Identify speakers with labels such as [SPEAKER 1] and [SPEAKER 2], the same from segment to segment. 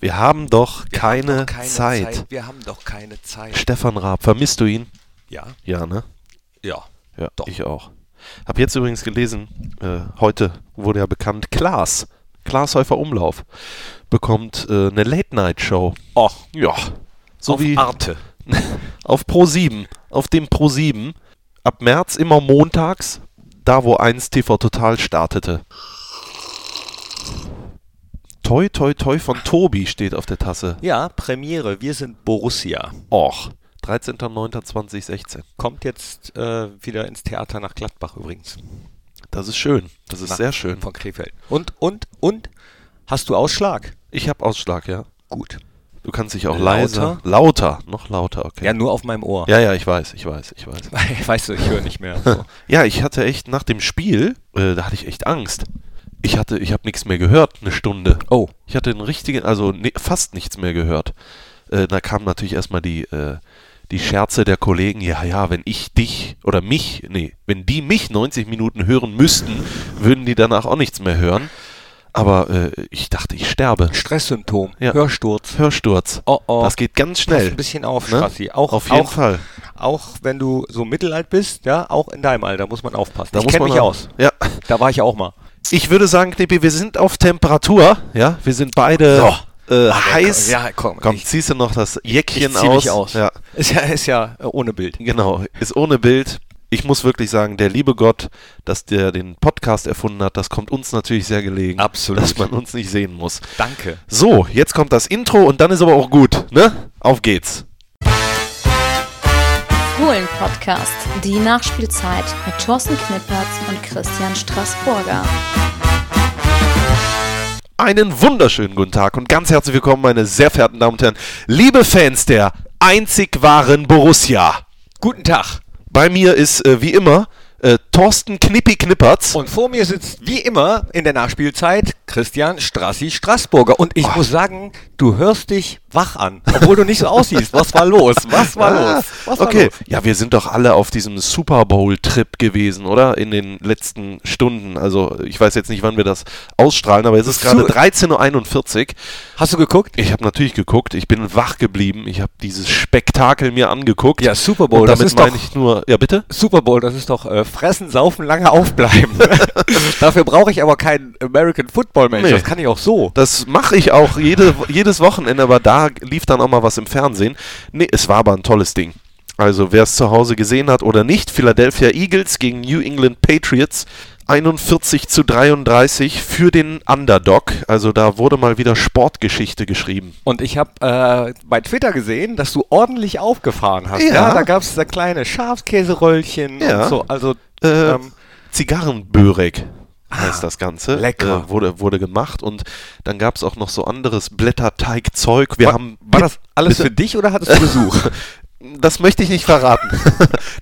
[SPEAKER 1] Wir haben doch,
[SPEAKER 2] Wir
[SPEAKER 1] keine,
[SPEAKER 2] haben doch keine
[SPEAKER 1] Zeit.
[SPEAKER 2] Wir haben doch keine Zeit.
[SPEAKER 1] Stefan Raab, vermisst du ihn?
[SPEAKER 2] Ja,
[SPEAKER 1] Ja, ne?
[SPEAKER 2] ja.
[SPEAKER 1] Ja,
[SPEAKER 2] Doch.
[SPEAKER 1] ich auch. Hab jetzt übrigens gelesen, äh, heute wurde ja bekannt, Klaas, Klaas Häufer Umlauf, bekommt äh, eine Late-Night-Show.
[SPEAKER 2] Och,
[SPEAKER 1] Ja. So
[SPEAKER 2] auf
[SPEAKER 1] wie
[SPEAKER 2] Arte.
[SPEAKER 1] auf Pro7, auf dem Pro7. Ab März immer montags, da wo einst TV Total startete. Toi, toi, toi von Tobi steht auf der Tasse.
[SPEAKER 2] Ja, Premiere. Wir sind Borussia.
[SPEAKER 1] Och, 13.09.2016.
[SPEAKER 2] Kommt jetzt äh, wieder ins Theater nach Gladbach übrigens.
[SPEAKER 1] Das ist schön. Das ist
[SPEAKER 2] Nach-
[SPEAKER 1] sehr schön.
[SPEAKER 2] Von Krefeld. Und, und, und? Hast du Ausschlag?
[SPEAKER 1] Ich habe Ausschlag, ja.
[SPEAKER 2] Gut.
[SPEAKER 1] Du kannst dich auch
[SPEAKER 2] Lauter?
[SPEAKER 1] leiser. Lauter, noch lauter, okay.
[SPEAKER 2] Ja, nur auf meinem Ohr.
[SPEAKER 1] ja, ja, ich weiß, ich weiß, ich weiß.
[SPEAKER 2] Weißt du, ich höre nicht mehr. So.
[SPEAKER 1] Ja, ich hatte echt nach dem Spiel, äh, da hatte ich echt Angst. Ich hatte, ich habe nichts mehr gehört, eine Stunde.
[SPEAKER 2] Oh,
[SPEAKER 1] Ich hatte einen richtigen, also ni- fast nichts mehr gehört. Äh, da kamen natürlich erstmal die, äh, die Scherze der Kollegen, ja, ja, wenn ich dich oder mich, nee, wenn die mich 90 Minuten hören müssten, würden die danach auch nichts mehr hören. Aber äh, ich dachte, ich sterbe.
[SPEAKER 2] Stresssymptom.
[SPEAKER 1] Ja.
[SPEAKER 2] Hörsturz.
[SPEAKER 1] Hörsturz.
[SPEAKER 2] Oh, oh.
[SPEAKER 1] Das geht ganz
[SPEAKER 2] Pass
[SPEAKER 1] schnell.
[SPEAKER 2] ein bisschen auf,
[SPEAKER 1] Ne?
[SPEAKER 2] Strassi. Auch,
[SPEAKER 1] Auf jeden
[SPEAKER 2] auch,
[SPEAKER 1] Fall.
[SPEAKER 2] auch wenn du so mittelalt bist, ja, auch in deinem Alter muss man aufpassen.
[SPEAKER 1] Da
[SPEAKER 2] ich
[SPEAKER 1] muss
[SPEAKER 2] kenne
[SPEAKER 1] man
[SPEAKER 2] mich
[SPEAKER 1] auch-
[SPEAKER 2] aus.
[SPEAKER 1] Ja.
[SPEAKER 2] Da war ich ja auch mal.
[SPEAKER 1] Ich würde sagen, Knippi, wir sind auf Temperatur. Ja, wir sind beide äh, heiß.
[SPEAKER 2] Ah, Ja, komm.
[SPEAKER 1] Komm,
[SPEAKER 2] ich,
[SPEAKER 1] ziehst du noch das Jäckchen
[SPEAKER 2] ich zieh mich
[SPEAKER 1] aus.
[SPEAKER 2] aus.
[SPEAKER 1] Ja,
[SPEAKER 2] ist ja, ist ja äh, ohne Bild.
[SPEAKER 1] genau. Ist ohne Bild. Ich muss wirklich sagen, der liebe Gott, dass der den Podcast erfunden hat, das kommt uns natürlich sehr gelegen.
[SPEAKER 2] Absolut.
[SPEAKER 1] Dass man uns nicht sehen muss.
[SPEAKER 2] Danke.
[SPEAKER 1] So, jetzt kommt das Intro und dann ist aber auch gut. Ne? Auf geht's.
[SPEAKER 3] Fohlen Podcast, die Nachspielzeit mit Thorsten Knippertz und Christian Straßburger.
[SPEAKER 1] Einen wunderschönen guten Tag und ganz herzlich willkommen, meine sehr verehrten Damen und Herren. Liebe Fans der einzig wahren Borussia.
[SPEAKER 2] Guten Tag.
[SPEAKER 1] Bei mir ist äh, wie immer äh, Thorsten Knippi Knippertz.
[SPEAKER 2] Und vor mir sitzt wie immer in der Nachspielzeit Christian Strassi Straßburger. Und
[SPEAKER 1] Oh.
[SPEAKER 2] ich muss sagen, du hörst dich wach an, obwohl du nicht so aussiehst. Was war los? Was war
[SPEAKER 1] Ah,
[SPEAKER 2] los? Was war
[SPEAKER 1] okay.
[SPEAKER 2] los?
[SPEAKER 1] Ja, wir sind doch alle auf diesem Super Bowl-Trip gewesen, oder? In den letzten Stunden. Also, ich weiß jetzt nicht, wann wir das ausstrahlen, aber es ist gerade
[SPEAKER 2] Su-
[SPEAKER 1] 13.41 Uhr.
[SPEAKER 2] Hast du geguckt?
[SPEAKER 1] Ich habe natürlich geguckt, ich bin wach geblieben, ich habe dieses Spektakel mir angeguckt.
[SPEAKER 2] Ja, Super Bowl,
[SPEAKER 1] Und
[SPEAKER 2] das
[SPEAKER 1] damit
[SPEAKER 2] ist
[SPEAKER 1] meine
[SPEAKER 2] doch-
[SPEAKER 1] ich nur. Ja, bitte?
[SPEAKER 2] Super Bowl, das ist doch äh, fressen, saufen, lange aufbleiben. Dafür brauche ich aber keinen American Football Mensch.
[SPEAKER 1] Nee.
[SPEAKER 2] Das kann ich auch so.
[SPEAKER 1] Das mache ich auch jede, jedes Wochenende, aber da lief dann auch mal was im Fernsehen. Nee, es war aber ein tolles Ding. Also, wer es zu Hause gesehen hat oder nicht, Philadelphia Eagles gegen New England Patriots. 41 zu 33 für den Underdog. Also da wurde mal wieder Sportgeschichte geschrieben.
[SPEAKER 2] Und ich habe äh, bei Twitter gesehen, dass du ordentlich aufgefahren hast.
[SPEAKER 1] Ja.
[SPEAKER 2] Ja, da gab es da kleine Schafskäseröllchen
[SPEAKER 1] Ja.
[SPEAKER 2] und so. Also
[SPEAKER 1] Äh,
[SPEAKER 2] ähm,
[SPEAKER 1] Zigarrenbörek heißt das Ganze.
[SPEAKER 2] Ah, lecker.
[SPEAKER 1] Äh, wurde, wurde gemacht und dann gab es auch noch so anderes Blätterteigzeug. Wir
[SPEAKER 2] war,
[SPEAKER 1] haben
[SPEAKER 2] war das alles
[SPEAKER 1] Bitte-
[SPEAKER 2] für dich oder hattest du Besuch?
[SPEAKER 1] Das möchte ich nicht verraten.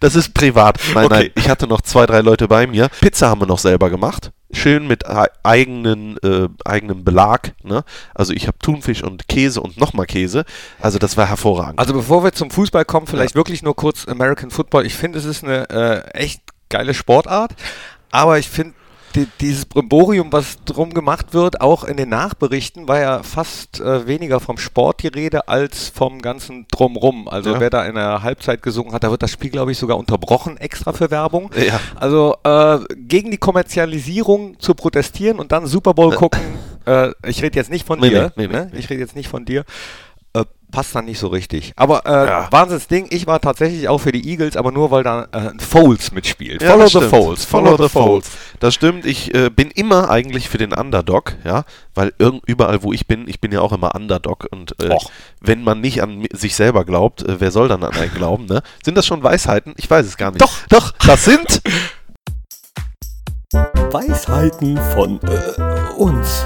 [SPEAKER 1] Das ist privat. Nein,
[SPEAKER 2] Okay.
[SPEAKER 1] nein, ich hatte noch zwei, drei Leute bei mir. Pizza haben wir noch selber gemacht. Schön mit ei- eigenen, äh, eigenem Belag. Ne? Also ich habe Thunfisch und Käse und nochmal Käse. Also das war hervorragend.
[SPEAKER 2] also bevor wir zum Fußball kommen, vielleicht wirklich nur kurz American Football. Ich finde, es ist eine äh, echt geile Sportart, aber ich finde die, dieses Brimborium, was drum gemacht wird, auch in den Nachberichten, war ja fast äh, weniger vom Sport die Rede als vom ganzen Drumrum. Also
[SPEAKER 1] Ja.
[SPEAKER 2] wer da in der Halbzeit gesungen hat, da wird das Spiel, glaube ich, sogar unterbrochen extra für Werbung.
[SPEAKER 1] ja.
[SPEAKER 2] Also äh, gegen die Kommerzialisierung zu protestieren und dann Super Bowl gucken, äh, ich rede jetzt nicht von
[SPEAKER 1] Nee,
[SPEAKER 2] dir,
[SPEAKER 1] nee, nee,
[SPEAKER 2] ne?
[SPEAKER 1] nee.
[SPEAKER 2] ich rede jetzt nicht von dir, äh, passt dann nicht so richtig. Aber äh,
[SPEAKER 1] Ja.
[SPEAKER 2] Wahnsinnsding, ich war tatsächlich auch für die Eagles, aber nur weil da äh, ein Foles mitspielt.
[SPEAKER 1] Ja, das stimmt. Follow the Folds. Das stimmt. Ich äh, bin immer eigentlich für den Underdog, ja, weil irgend überall, wo ich bin, ich bin ja auch immer Underdog und äh,
[SPEAKER 2] Och.
[SPEAKER 1] wenn man nicht an mi- sich selber glaubt, äh, wer soll dann an einen glauben? Ne? Sind das schon Weisheiten? Ich weiß es gar nicht.
[SPEAKER 2] Doch,
[SPEAKER 1] doch. Das sind
[SPEAKER 4] Weisheiten von äh, uns.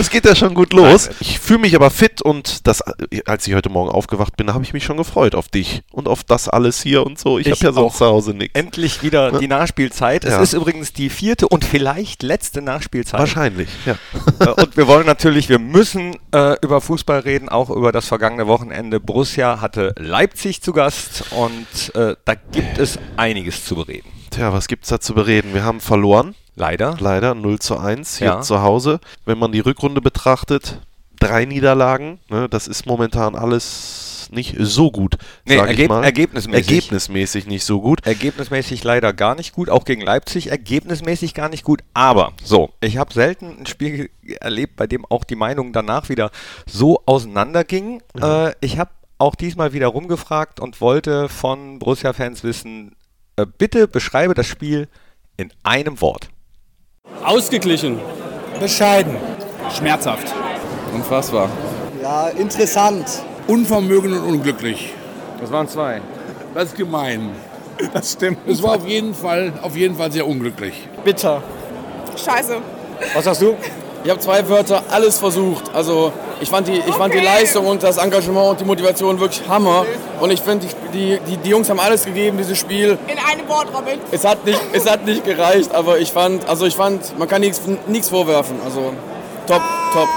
[SPEAKER 1] Es geht ja schon gut los. Ich fühle mich aber fit und das, als ich heute Morgen aufgewacht bin, habe ich mich schon gefreut auf dich und auf das alles hier und so. Ich,
[SPEAKER 2] Ich
[SPEAKER 1] habe ja sonst
[SPEAKER 2] auch. Äh,
[SPEAKER 1] zu Hause nichts.
[SPEAKER 2] Endlich wieder die Nachspielzeit.
[SPEAKER 1] Ja.
[SPEAKER 2] Es ist übrigens die vierte und vielleicht letzte Nachspielzeit.
[SPEAKER 1] Wahrscheinlich, ja.
[SPEAKER 2] Äh, und wir wollen natürlich, wir müssen äh, über Fußball reden, auch über das vergangene Wochenende. Borussia hatte Leipzig zu Gast und äh, da gibt es einiges zu bereden.
[SPEAKER 1] Tja, was gibt's da zu bereden? Wir haben verloren.
[SPEAKER 2] Leider.
[SPEAKER 1] leider 0 zu 1 hier
[SPEAKER 2] Ja.
[SPEAKER 1] zu Hause. Wenn man die Rückrunde betrachtet, drei Niederlagen, ne, das ist momentan alles nicht so gut.
[SPEAKER 2] Nee,
[SPEAKER 1] sag ich
[SPEAKER 2] ergeb-
[SPEAKER 1] mal.
[SPEAKER 2] ergebnismäßig.
[SPEAKER 1] Ergebnismäßig nicht so gut.
[SPEAKER 2] Ergebnismäßig leider gar nicht gut, auch gegen Leipzig ergebnismäßig gar nicht gut. Aber so, ich habe selten ein Spiel ge- erlebt, bei dem auch die Meinungen danach wieder so auseinandergingen. Äh, ich habe auch diesmal wieder rumgefragt und wollte von Borussia-Fans wissen, äh, bitte beschreibe das Spiel in einem Wort.
[SPEAKER 5] Ausgeglichen.
[SPEAKER 6] Bescheiden.
[SPEAKER 5] Schmerzhaft.
[SPEAKER 7] Unfassbar.
[SPEAKER 6] Ja, interessant.
[SPEAKER 8] Unvermögen und unglücklich.
[SPEAKER 7] Das waren zwei.
[SPEAKER 8] Das ist gemein. Das stimmt. Es war auf jeden Fall, auf jeden Fall sehr unglücklich.
[SPEAKER 5] Bitter.
[SPEAKER 9] Scheiße.
[SPEAKER 5] Was sagst du?
[SPEAKER 7] Ich habe zwei Wörter, alles versucht. Also ich fand die, ich fand die
[SPEAKER 9] Okay.
[SPEAKER 7] Leistung und das Engagement und die Motivation wirklich Hammer. Und ich finde, die, die, die Jungs haben alles gegeben, dieses Spiel.
[SPEAKER 9] In einem Wort, Robin.
[SPEAKER 7] Es hat nicht, es hat nicht gereicht, aber ich fand, also ich fand, man kann nichts nichts vorwerfen. Also top, top.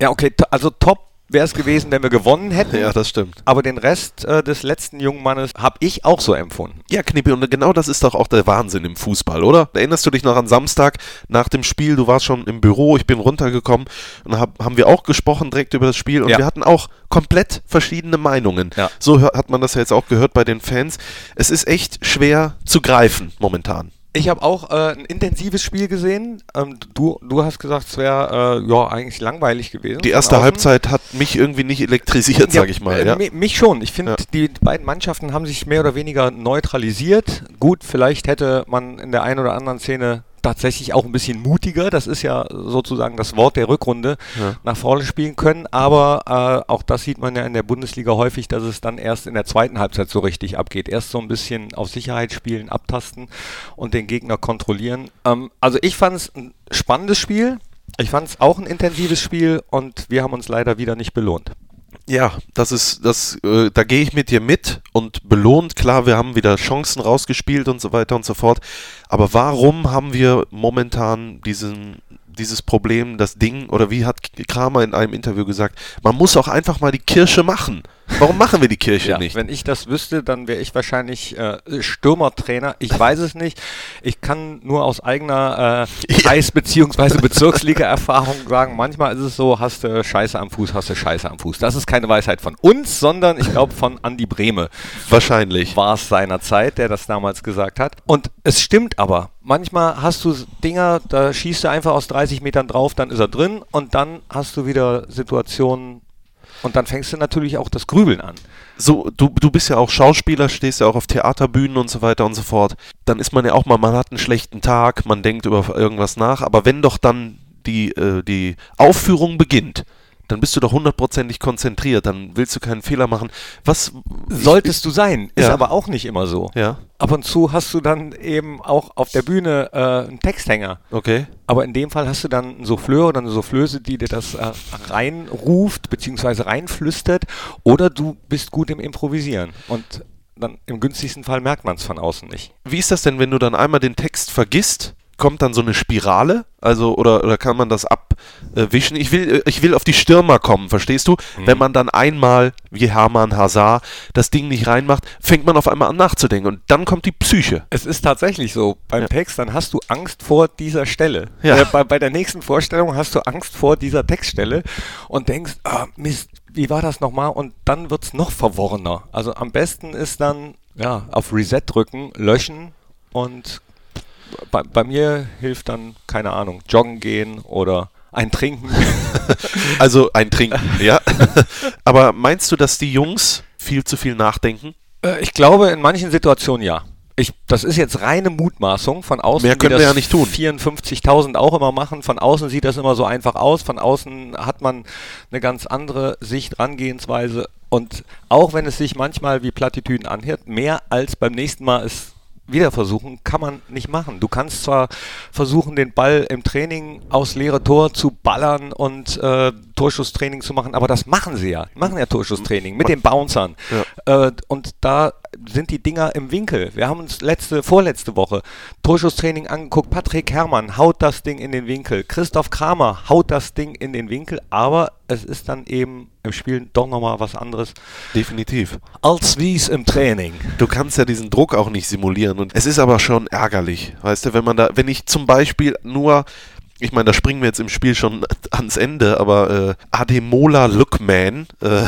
[SPEAKER 2] Ja, okay, to- also top wäre es gewesen, wenn wir gewonnen hätten.
[SPEAKER 1] Ja, das stimmt.
[SPEAKER 2] aber den Rest äh, des letzten jungen Mannes habe ich auch so empfunden.
[SPEAKER 1] Ja, Knippi, und genau das ist doch auch der Wahnsinn im Fußball, oder? Erinnerst du dich noch an Samstag nach dem Spiel? Du warst schon im Büro, ich bin runtergekommen und hab, haben wir auch gesprochen direkt über das Spiel und
[SPEAKER 2] Ja.
[SPEAKER 1] wir hatten auch komplett verschiedene Meinungen.
[SPEAKER 2] Ja.
[SPEAKER 1] So hör- hat man das ja jetzt auch gehört bei den Fans. Es ist echt schwer zu greifen momentan.
[SPEAKER 2] Ich habe auch äh, ein intensives Spiel gesehen. Ähm, du, du hast gesagt, es wäre äh, ja eigentlich langweilig gewesen.
[SPEAKER 1] Die
[SPEAKER 2] von
[SPEAKER 1] erste
[SPEAKER 2] außen.
[SPEAKER 1] Halbzeit hat mich irgendwie nicht elektrisiert, sag ich mal.
[SPEAKER 2] äh,
[SPEAKER 1] Ja.
[SPEAKER 2] mi- Mich schon. Ich finde,
[SPEAKER 1] Ja.
[SPEAKER 2] die beiden Mannschaften haben sich mehr oder weniger neutralisiert. Gut, vielleicht hätte man in der einen oder anderen Szene tatsächlich auch ein bisschen mutiger, das ist ja sozusagen das Wort der Rückrunde, nach vorne spielen können. Aber äh, auch das sieht man ja in der Bundesliga häufig, dass es dann erst in der zweiten Halbzeit so richtig abgeht. Erst so ein bisschen auf Sicherheit spielen, abtasten und den Gegner kontrollieren. Ähm, also ich fand es ein spannendes Spiel. Ich fand es auch ein intensives Spiel und wir haben uns leider wieder nicht belohnt.
[SPEAKER 1] Ja, das ist, das, äh, da gehe ich mit dir mit und belohnt, klar, wir haben wieder Chancen rausgespielt und so weiter und so fort. Aber warum haben wir momentan diesen, dieses Problem, das Ding, oder wie hat Kramer in einem Interview gesagt, man muss auch einfach mal die Kirsche machen. Warum machen wir die Kirsche
[SPEAKER 2] Ja,
[SPEAKER 1] nicht?
[SPEAKER 2] Wenn ich das wüsste, dann wäre ich wahrscheinlich äh, Stürmertrainer. Ich weiß es nicht. Ich kann nur aus eigener äh, Kreis- bzw. Bezirksliga-Erfahrung sagen, manchmal ist es so, hast du Scheiße am Fuß, hast du Scheiße am Fuß. Das ist keine Weisheit von uns, sondern ich glaube von Andi Brehme
[SPEAKER 1] Wahrscheinlich.
[SPEAKER 2] war es seiner Zeit, der das damals gesagt hat. Und es stimmt aber. Manchmal hast du Dinger, da schießt du einfach aus 30 Metern drauf, dann ist er drin und dann hast du wieder Situationen und dann fängst du natürlich auch das Grübeln an.
[SPEAKER 1] so, du, du bist ja auch Schauspieler, stehst ja auch auf Theaterbühnen und so weiter und so fort. Dann ist man ja auch mal, man hat einen schlechten Tag, man denkt über irgendwas nach, aber wenn doch dann die, äh, die Aufführung beginnt, dann bist du doch hundertprozentig konzentriert, dann willst du keinen Fehler machen. Was
[SPEAKER 2] Solltest du sein, ist
[SPEAKER 1] Ja.
[SPEAKER 2] aber auch nicht immer so.
[SPEAKER 1] Ja.
[SPEAKER 2] Ab und zu hast du dann eben auch auf der Bühne äh, einen Texthänger.
[SPEAKER 1] Okay.
[SPEAKER 2] Aber in dem Fall hast du dann einen Souffleur oder eine Soufflöse, die dir das äh, reinruft bzw. reinflüstert. Oder du bist gut im Improvisieren. Und dann im günstigsten Fall merkt man es von außen nicht.
[SPEAKER 1] Wie ist das denn, wenn du dann einmal den Text vergisst? Kommt dann so eine Spirale? Also, oder, oder kann man das abwischen? Ich will, äh, ich will auf die Stürmer kommen, verstehst du? Wenn man dann einmal, wie Hermann Hazard, das Ding nicht reinmacht, fängt man auf einmal an nachzudenken und dann kommt die Psyche.
[SPEAKER 2] Es ist tatsächlich so. Beim Text, dann hast du Angst vor dieser Stelle.
[SPEAKER 1] Ja.
[SPEAKER 2] Äh, bei, bei der nächsten Vorstellung hast du Angst vor dieser Textstelle und denkst, ah, Mist, wie war das nochmal? Und dann wird's noch verworrener. Also am besten ist dann, ja, auf Reset drücken, löschen und bei, bei mir hilft dann, keine Ahnung, joggen gehen oder ein Trinken.
[SPEAKER 1] Also ein Trinken, ja. Aber meinst du, dass die Jungs viel zu viel nachdenken?
[SPEAKER 2] Äh, ich glaube, in manchen Situationen ja. Ich, das ist jetzt reine Mutmaßung von außen.
[SPEAKER 1] Mehr
[SPEAKER 2] wie
[SPEAKER 1] können wir
[SPEAKER 2] das
[SPEAKER 1] ja nicht tun.
[SPEAKER 2] 54.000 auch immer machen. Von außen sieht das immer so einfach aus. Von außen hat man eine ganz andere Sicht, Rangehensweise. Und auch wenn es sich manchmal wie Plattitüden anhört, mehr als beim nächsten Mal es wieder versuchen, kann man nicht machen. Du kannst zwar versuchen, den Ball im Training aufs leere Tor zu ballern und äh, Torschusstraining zu machen, aber das machen sie ja. Die machen ja Torschusstraining mit den Bouncern. Äh, und da sind die Dinger im Winkel. Wir haben uns letzte, vorletzte Woche Torschusstraining angeguckt. Patrick Herrmann haut das Ding in den Winkel. Christoph Kramer haut das Ding in den Winkel, aber es ist dann eben im Spiel doch nochmal was anderes,
[SPEAKER 1] Definitiv.
[SPEAKER 2] als wie es im Training.
[SPEAKER 1] Du kannst ja diesen Druck auch nicht simulieren. Und es ist aber schon ärgerlich, weißt du, wenn man da, wenn ich zum Beispiel nur, ich meine, da springen wir jetzt im Spiel schon ans Ende, aber äh, Ademola Lookman, äh,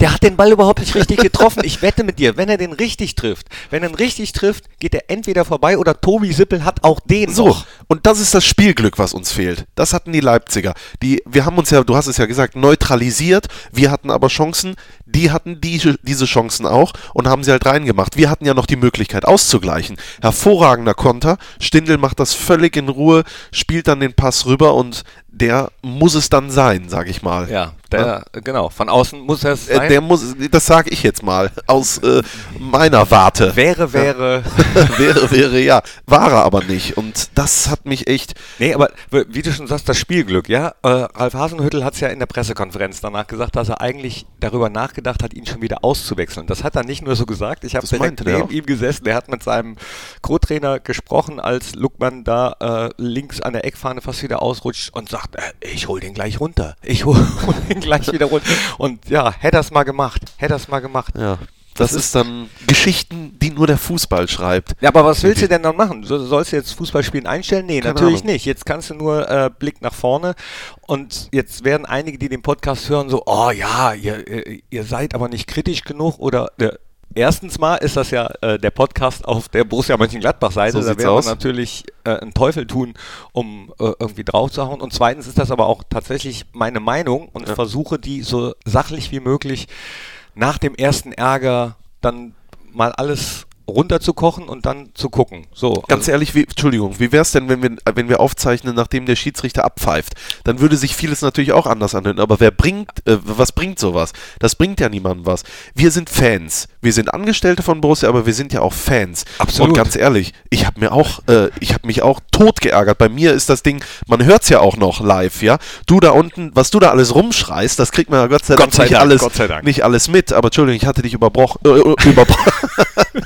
[SPEAKER 2] Der hat den Ball überhaupt nicht richtig getroffen. Ich wette mit dir, wenn er den richtig trifft, wenn er ihn richtig trifft, geht er entweder vorbei oder Tobi Sippel hat auch den
[SPEAKER 1] so,
[SPEAKER 2] noch.
[SPEAKER 1] und das ist das Spielglück, was uns fehlt. Das hatten die Leipziger. Die, wir haben uns ja, du hast es ja gesagt, neutralisiert. Wir hatten aber Chancen, die hatten die, diese Chancen auch und haben sie halt reingemacht. Wir hatten ja noch die Möglichkeit auszugleichen. Hervorragender Konter. Stindl macht das völlig in Ruhe, spielt dann den Pass rüber und der muss es dann sein, sag ich mal. Ne?
[SPEAKER 2] Ja, der, genau. Von außen muss er es
[SPEAKER 1] Äh,
[SPEAKER 2] sein.
[SPEAKER 1] Der muss, das sage ich jetzt mal, aus äh, meiner Warte.
[SPEAKER 2] wäre, wäre.
[SPEAKER 1] wäre, wäre, ja. War er aber nicht. Und das hat mich echt.
[SPEAKER 2] Nee, aber w- wie du schon sagst, das Spielglück, ja. Äh, Ralf Hasenhüttel hat es ja in der Pressekonferenz danach gesagt, dass er eigentlich darüber nachgedacht hat, ihn schon wieder auszuwechseln. Das hat er nicht nur so gesagt. Ich habe
[SPEAKER 1] Das
[SPEAKER 2] direkt
[SPEAKER 1] meinte der
[SPEAKER 2] neben
[SPEAKER 1] auch.
[SPEAKER 2] ihm gesessen. Er hat mit seinem Co-Trainer gesprochen, als Luckmann da äh, links an der Eckfahne fast wieder ausrutscht und sagt, äh, ich hol den gleich runter. Ich hol hol den gleich wieder runter. Und ja, hätte er's mal gemacht. Hätte er's mal gemacht.
[SPEAKER 1] Ja. Das, ist dann Geschichten, die nur der Fußball schreibt.
[SPEAKER 2] Ja, aber was willst du denn dann machen? So- Sollst du jetzt Fußballspielen einstellen? Nee,
[SPEAKER 1] Keine
[SPEAKER 2] natürlich
[SPEAKER 1] Ahnung.
[SPEAKER 2] nicht. Jetzt kannst du nur äh, Blick nach vorne und jetzt werden einige, die den Podcast hören, so, oh ja, ihr, ihr- ihr seid aber nicht kritisch genug oder äh, erstens mal ist das ja äh, der Podcast auf der Borussia Mönchengladbach-Seite,
[SPEAKER 1] So
[SPEAKER 2] da
[SPEAKER 1] sieht's
[SPEAKER 2] werden
[SPEAKER 1] aus.
[SPEAKER 2] wir natürlich äh, einen Teufel tun, um äh, irgendwie draufzuhauen und zweitens ist das aber auch tatsächlich meine Meinung und versuche die so sachlich wie möglich nach dem ersten Ärger dann mal alles runterzukochen und dann zu gucken. So, also
[SPEAKER 1] Ganz ehrlich, wie, Entschuldigung, wie wäre es denn, wenn wir, wenn wir aufzeichnen, nachdem der Schiedsrichter abpfeift? Dann würde sich vieles natürlich auch anders anhören. Aber wer bringt, äh, was bringt sowas? Das bringt ja niemandem was. Wir sind Fans. Wir sind Angestellte von Borussia, aber wir sind ja auch Fans.
[SPEAKER 2] Absolut.
[SPEAKER 1] Und ganz ehrlich, ich habe mir auch, äh, ich habe mich auch tot geärgert. Bei mir ist das Ding, man hört es ja auch noch live, ja. Du da unten, was du da alles rumschreist, das kriegt man ja Gott sei Dank,
[SPEAKER 2] Gott sei
[SPEAKER 1] nicht,
[SPEAKER 2] Dank,
[SPEAKER 1] alles,
[SPEAKER 2] Gott sei Dank.
[SPEAKER 1] nicht alles mit. Aber Entschuldigung, ich hatte dich überbrochen, äh, überbrochen.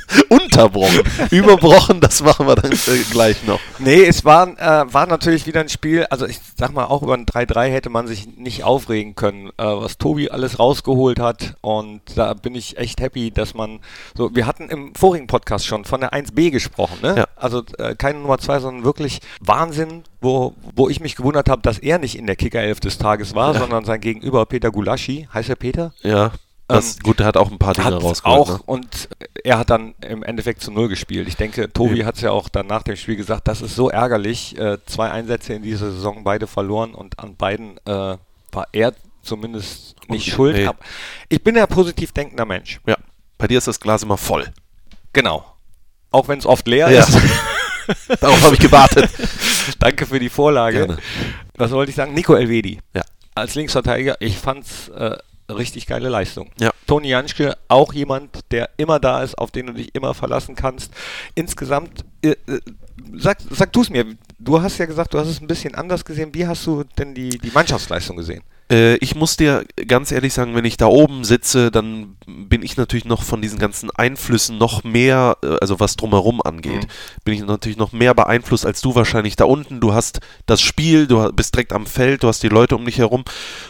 [SPEAKER 1] unterbrochen. Überbrochen, das machen wir dann äh, gleich noch.
[SPEAKER 2] Nee, es war, äh, war natürlich wieder ein Spiel, also ich sag mal, auch über ein 3-3 hätte man sich nicht aufregen können, äh, was Tobi alles rausgeholt hat. Und da bin ich echt happy, dass man so, wir hatten im vorigen Podcast schon von der 1B gesprochen, ne?
[SPEAKER 1] Ja.
[SPEAKER 2] Also äh, keine Nummer 2, sondern wirklich Wahnsinn, wo, wo ich mich gewundert habe, dass er nicht in der Kickerelf des Tages war, sondern sein Gegenüber Peter Gulaschi, heißt er Peter?
[SPEAKER 1] Ja. Das, gut, der hat auch ein paar Dinge
[SPEAKER 2] Ähm, hat
[SPEAKER 1] rausgeholt.
[SPEAKER 2] auch
[SPEAKER 1] ne?
[SPEAKER 2] und er hat dann im Endeffekt zu null gespielt. Ich denke, Tobi hat es ja auch dann nach dem Spiel gesagt, das ist so ärgerlich. Äh, zwei Einsätze in dieser Saison, beide verloren und an beiden äh, war er zumindest nicht
[SPEAKER 1] Und-
[SPEAKER 2] schuld.
[SPEAKER 1] nee.
[SPEAKER 2] Aber Ich bin ja positiv denkender Mensch.
[SPEAKER 1] Ja. Bei dir ist das Glas immer voll.
[SPEAKER 2] Genau. Auch wenn es oft leer
[SPEAKER 1] Ja.
[SPEAKER 2] ist.
[SPEAKER 1] Darauf habe ich gewartet.
[SPEAKER 2] Danke für die Vorlage.
[SPEAKER 1] Gerne.
[SPEAKER 2] Was wollte ich sagen? Nico Elvedi.
[SPEAKER 1] Ja.
[SPEAKER 2] Als Linksverteidiger, ich fand's äh, richtig geile Leistung.
[SPEAKER 1] Ja.
[SPEAKER 2] Toni Janschke, auch jemand, der immer da ist, auf den du dich immer verlassen kannst. Insgesamt, äh, äh, sag, sag du es mir, du hast ja gesagt, du hast es ein bisschen anders gesehen. Wie hast du denn die, die Mannschaftsleistung gesehen?
[SPEAKER 1] Äh, ich muss dir ganz ehrlich sagen, wenn ich da oben sitze, dann bin ich natürlich noch von diesen ganzen Einflüssen noch mehr, äh, also was drumherum angeht, bin ich natürlich noch mehr beeinflusst als du wahrscheinlich da unten. Du hast das Spiel, du ha- bist direkt am Feld, du hast die Leute um dich herum.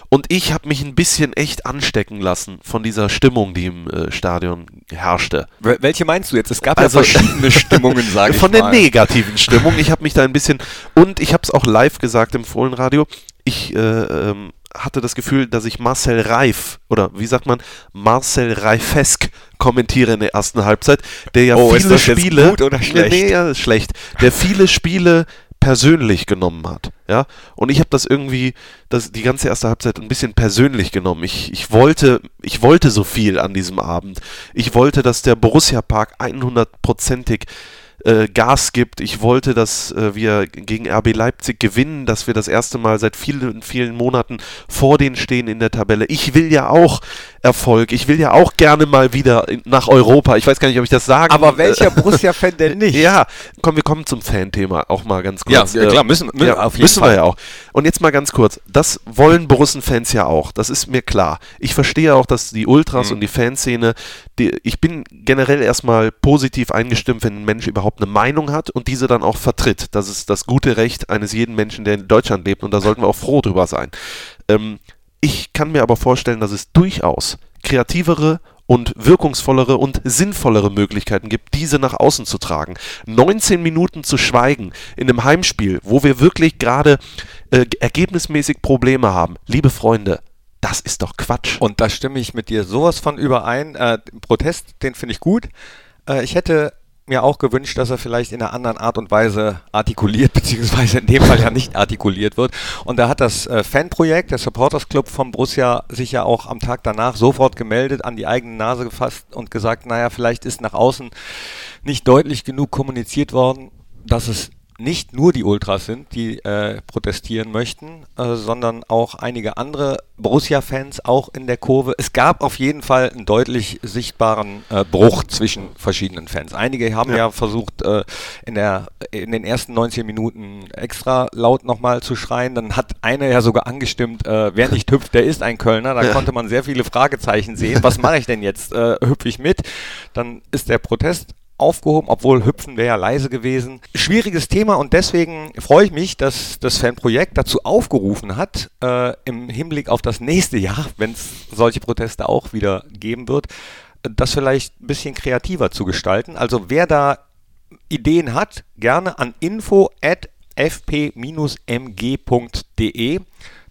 [SPEAKER 1] Und ich habe mich ein bisschen echt anstecken lassen von dieser Stimmung, die im äh, Stadion herrschte.
[SPEAKER 2] Wel- Welche meinst du jetzt? Es gab
[SPEAKER 1] Also-
[SPEAKER 2] ja verschiedene Stimmungen, sage ich
[SPEAKER 1] Von der
[SPEAKER 2] mal.
[SPEAKER 1] negativen Stimmung. Ich habe mich da ein bisschen und ich habe es auch live gesagt im Fohlenradio. Ich äh, ähm, hatte das Gefühl, dass ich Marcel Reif oder wie sagt man Marcel Reifesk kommentiere in der ersten Halbzeit, der ja
[SPEAKER 2] Oh,
[SPEAKER 1] viele
[SPEAKER 2] ist das jetzt
[SPEAKER 1] Spiele
[SPEAKER 2] gut oder schlecht?
[SPEAKER 1] Nee, nee, ja, ist schlecht, der viele Spiele persönlich genommen hat, ja. Und ich habe das irgendwie, das, die ganze erste Halbzeit ein bisschen persönlich genommen. Ich, ich wollte, ich wollte so viel an diesem Abend. Ich wollte, dass der Borussia Park 100%ig äh, Gas gibt. Ich wollte, dass äh, wir gegen RB Leipzig gewinnen, dass wir das erste Mal seit vielen, vielen Monaten vor denen stehen in der Tabelle. Ich will ja auch Erfolg. Ich will ja auch gerne mal wieder in, nach Europa. Ich weiß gar nicht, ob ich das sagen äh,
[SPEAKER 2] Aber welcher Borussia-Fan denn nicht?
[SPEAKER 1] ja, komm, wir kommen zum Fan-Thema auch mal ganz
[SPEAKER 2] Ja,
[SPEAKER 1] kurz. Äh,
[SPEAKER 2] ja, klar, müssen- müssen-
[SPEAKER 1] ja,
[SPEAKER 2] auf jeden
[SPEAKER 1] müssen
[SPEAKER 2] Fall.
[SPEAKER 1] wir ja auch. Und jetzt mal ganz kurz, das wollen Borussen-Fans ja auch, das ist mir klar. Ich verstehe auch, dass die Ultras
[SPEAKER 2] Mhm.
[SPEAKER 1] und die Fanszene, die, ich bin generell erstmal positiv eingestimmt, wenn ein Mensch überhaupt eine Meinung hat und diese dann auch vertritt. Das ist das gute Recht eines jeden Menschen, der in Deutschland lebt und da sollten wir auch froh drüber sein. Ähm, ich kann mir aber vorstellen, dass es durchaus kreativere und wirkungsvollere und sinnvollere Möglichkeiten gibt, diese nach außen zu tragen. 19 Minuten zu schweigen in einem Heimspiel, wo wir wirklich gerade äh, ergebnismäßig Probleme haben. Liebe Freunde, das ist doch Quatsch.
[SPEAKER 2] Und da stimme ich mit dir sowas von überein. Äh, den Protest, den finde ich gut. Äh, ich hätte mir auch gewünscht, dass er vielleicht in einer anderen Art und Weise artikuliert, beziehungsweise in dem Fall ja nicht artikuliert wird. Und da hat das äh, Fanprojekt, der Supporters Club von Borussia, sich ja auch am Tag danach sofort gemeldet, an die eigene Nase gefasst und gesagt, naja, vielleicht ist nach außen nicht deutlich genug kommuniziert worden, dass es nicht nur die Ultras sind, die äh, protestieren möchten, äh, sondern auch einige andere Borussia-Fans auch in der Kurve. Es gab auf jeden Fall einen deutlich sichtbaren äh, Bruch zwischen verschiedenen Fans. Einige haben ja, versucht, äh, in, der, in den ersten 19 Minuten extra laut nochmal zu schreien. Dann hat einer ja sogar angestimmt, äh, wer nicht hüpft, der ist ein Kölner. Da konnte man sehr viele Fragezeichen sehen. Was mache ich denn jetzt? Äh, hüpfe ich mit? Dann ist der Protest aufgehoben, obwohl Hüpfen wäre ja leise gewesen. Schwieriges Thema und deswegen freue ich mich, dass das Fanprojekt dazu aufgerufen hat, äh, im Hinblick auf das nächste Jahr, wenn es solche Proteste auch wieder geben wird, äh, das vielleicht ein bisschen kreativer zu gestalten. Also wer da Ideen hat, gerne an info@fp-mg.de. e.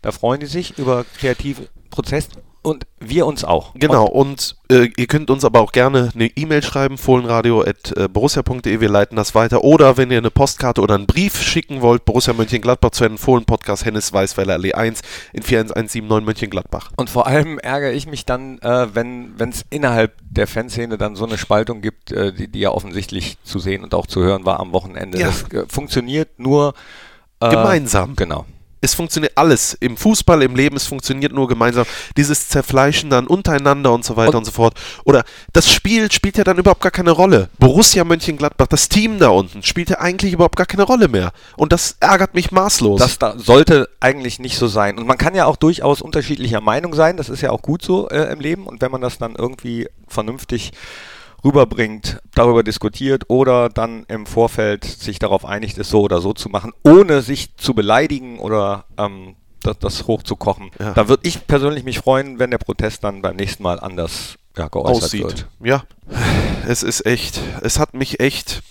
[SPEAKER 2] Da freuen die sich über kreativen Prozess und wir uns auch.
[SPEAKER 1] Genau, und äh, ihr könnt uns aber auch gerne eine E-Mail schreiben, fohlenradio.borussia.de, wir leiten das weiter. Oder wenn ihr eine Postkarte oder einen Brief schicken wollt, Borussia Mönchengladbach zu einem Fohlen-Podcast Hennes Weißweiler E Allee 1 in 41179 Mönchengladbach.
[SPEAKER 2] Und vor allem ärgere ich mich dann, äh, wenn es innerhalb der Fanszene dann so eine Spaltung gibt, äh, die, die ja offensichtlich zu sehen und auch zu hören war am Wochenende.
[SPEAKER 1] Ja.
[SPEAKER 2] Das äh, funktioniert nur äh,
[SPEAKER 1] Gemeinsam.
[SPEAKER 2] Genau.
[SPEAKER 1] Es funktioniert alles. Im Fußball, im Leben, es funktioniert nur gemeinsam. Dieses Zerfleischen dann untereinander und so weiter und,
[SPEAKER 2] Und-
[SPEAKER 1] so fort. Oder das Spiel spielt ja dann überhaupt gar keine Rolle. Borussia Mönchengladbach, das Team da unten, spielt ja eigentlich überhaupt gar keine Rolle mehr. Und das ärgert mich maßlos.
[SPEAKER 2] Das da sollte eigentlich nicht so sein. Und man kann ja auch durchaus unterschiedlicher Meinung sein. Das ist ja auch gut so äh, im Leben. Und wenn man das dann irgendwie vernünftig rüberbringt, darüber diskutiert oder dann im Vorfeld sich darauf einigt, es so oder so zu machen, ohne sich zu beleidigen oder ähm, das, das hochzukochen.
[SPEAKER 1] Ja.
[SPEAKER 2] Da würde ich persönlich mich freuen, wenn der Protest dann beim nächsten Mal anders ja, geäußert wird.
[SPEAKER 1] Ja, es ist echt, es hat mich echt,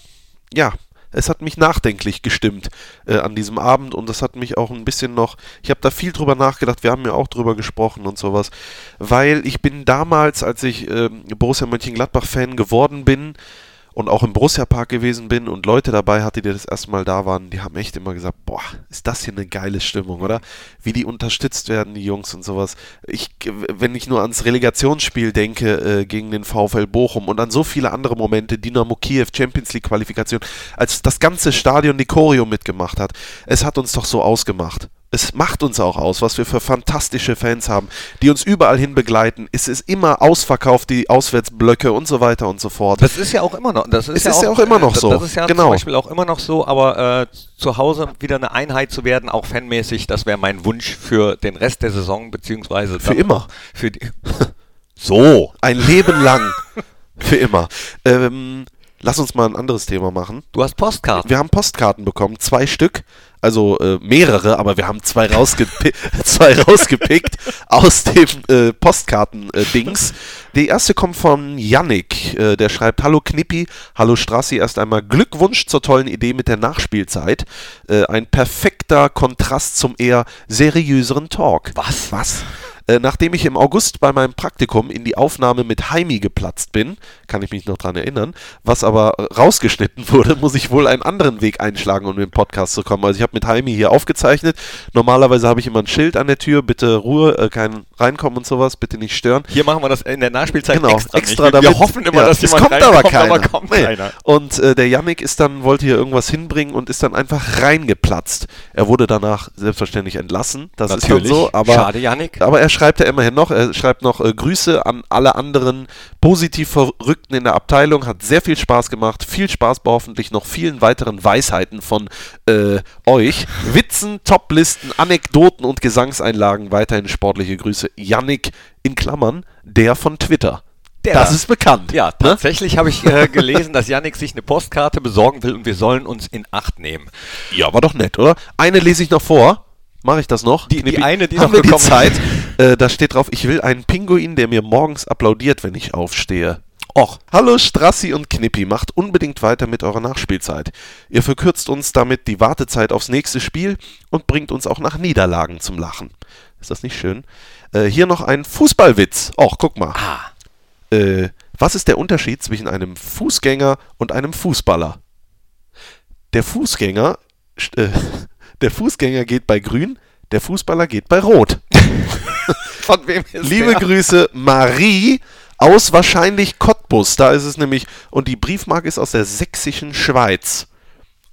[SPEAKER 1] ja, es hat mich nachdenklich gestimmt äh, an diesem Abend und das hat mich auch ein bisschen noch, ich habe da viel drüber nachgedacht, wir haben ja auch drüber gesprochen und sowas, weil ich bin damals, als ich ähm, Borussia Mönchengladbach-Fan geworden bin, und auch im Borussia-Park gewesen bin und Leute dabei hatte, die das erste Mal da waren, die haben echt immer gesagt, boah, ist das hier eine geile Stimmung, oder? Wie die unterstützt werden, die Jungs und sowas. Ich, wenn ich nur ans Relegationsspiel denke äh, gegen den VfL Bochum und an so viele andere Momente, Dynamo Kiew, Champions League-Qualifikation, als das ganze Stadion die Choreo mitgemacht hat, es hat uns doch so ausgemacht. Es macht uns auch aus, was wir für fantastische Fans haben, die uns überall hin begleiten. Es ist immer ausverkauft, die Auswärtsblöcke und so weiter und so fort.
[SPEAKER 2] Das ist ja auch immer noch. Das ist,
[SPEAKER 1] Es
[SPEAKER 2] ja,
[SPEAKER 1] ist
[SPEAKER 2] auch,
[SPEAKER 1] ja auch immer noch
[SPEAKER 2] äh,
[SPEAKER 1] so.
[SPEAKER 2] Das ist ja
[SPEAKER 1] Genau.
[SPEAKER 2] zum Beispiel auch immer noch so, aber äh, zu Hause wieder eine Einheit zu werden, auch fanmäßig, das wäre mein Wunsch für den Rest der Saison, beziehungsweise
[SPEAKER 1] Für
[SPEAKER 2] dann
[SPEAKER 1] immer.
[SPEAKER 2] auch Für die,
[SPEAKER 1] So, ein Leben lang. Für immer. Ähm, lass uns mal ein anderes Thema machen.
[SPEAKER 2] du hast Postkarten.
[SPEAKER 1] Wir haben Postkarten bekommen, zwei Stück, also äh, mehrere, aber wir haben zwei, rausgepi zwei rausgepickt aus dem äh, Postkarten-Dings. Die erste kommt von Yannick, äh, der schreibt, Hallo Knippi, hallo Strassi, erst einmal Glückwunsch zur tollen Idee mit der Nachspielzeit. Äh, ein perfekter Kontrast zum eher seriöseren Talk. Was? Was? Äh, Nachdem ich im August bei meinem Praktikum in die Aufnahme mit Heimi geplatzt bin, kann ich mich noch dran erinnern, was aber rausgeschnitten wurde, muss ich wohl einen anderen Weg einschlagen, um in den Podcast zu kommen. Also ich habe mit Heimi hier aufgezeichnet. Normalerweise habe ich immer ein Schild an der Tür, bitte Ruhe, äh, kein reinkommen und sowas, bitte nicht stören.
[SPEAKER 2] Hier machen wir das in der Nachspielzeit
[SPEAKER 1] Genau,
[SPEAKER 2] extra. nicht.
[SPEAKER 1] extra
[SPEAKER 2] wir,
[SPEAKER 1] damit.
[SPEAKER 2] wir hoffen immer,
[SPEAKER 1] Ja,
[SPEAKER 2] dass
[SPEAKER 1] es
[SPEAKER 2] jemand
[SPEAKER 1] kommt aber
[SPEAKER 2] reinkommt,
[SPEAKER 1] keiner.
[SPEAKER 2] aber kommt
[SPEAKER 1] Nee.
[SPEAKER 2] keiner.
[SPEAKER 1] Und äh, der Yannick ist dann, wollte hier irgendwas hinbringen und ist dann einfach reingeplatzt. Er wurde danach selbstverständlich entlassen. Das ist dann so, aber
[SPEAKER 2] Schade, Yannick.
[SPEAKER 1] aber er schreibt er immerhin noch. Er schreibt noch äh, Grüße an alle anderen positiv Verrückten in der Abteilung. Hat sehr viel Spaß gemacht. Viel Spaß bei hoffentlich noch vielen weiteren Weisheiten von äh, euch. Witzen, Toplisten, Anekdoten und Gesangseinlagen. Weiterhin sportliche Grüße. Yannick in Klammern, der von Twitter.
[SPEAKER 2] Der.
[SPEAKER 1] Das ist bekannt.
[SPEAKER 2] Ja,
[SPEAKER 1] ne?
[SPEAKER 2] tatsächlich habe ich äh, gelesen, dass Yannick sich eine Postkarte besorgen will und wir sollen uns in Acht nehmen.
[SPEAKER 1] Ja, war doch nett, oder? Eine lese ich noch vor. Mache ich das noch?
[SPEAKER 2] Die- die
[SPEAKER 1] Knippi?
[SPEAKER 2] eine, die
[SPEAKER 1] Haben
[SPEAKER 2] noch
[SPEAKER 1] wir die
[SPEAKER 2] gekommen ist.
[SPEAKER 1] Zeit? Äh, da steht drauf, ich will einen Pinguin, der mir morgens applaudiert, wenn ich aufstehe. Och, hallo Strassi und Knippi, macht unbedingt weiter mit eurer Nachspielzeit. Ihr verkürzt uns damit die Wartezeit aufs nächste Spiel und bringt uns auch nach Niederlagen zum Lachen. Ist das nicht schön? Äh, hier noch ein Fußballwitz. Och, guck mal.
[SPEAKER 2] Ah.
[SPEAKER 1] Äh, was ist der Unterschied zwischen einem Fußgänger und einem Fußballer? Der Fußgänger, st- äh, der Fußgänger geht bei Grün, der Fußballer geht bei Rot.
[SPEAKER 2] Von wem ist
[SPEAKER 1] Liebe Grüße, Marie aus wahrscheinlich Cottbus. Da ist es nämlich. Und die Briefmarke ist aus der sächsischen Schweiz.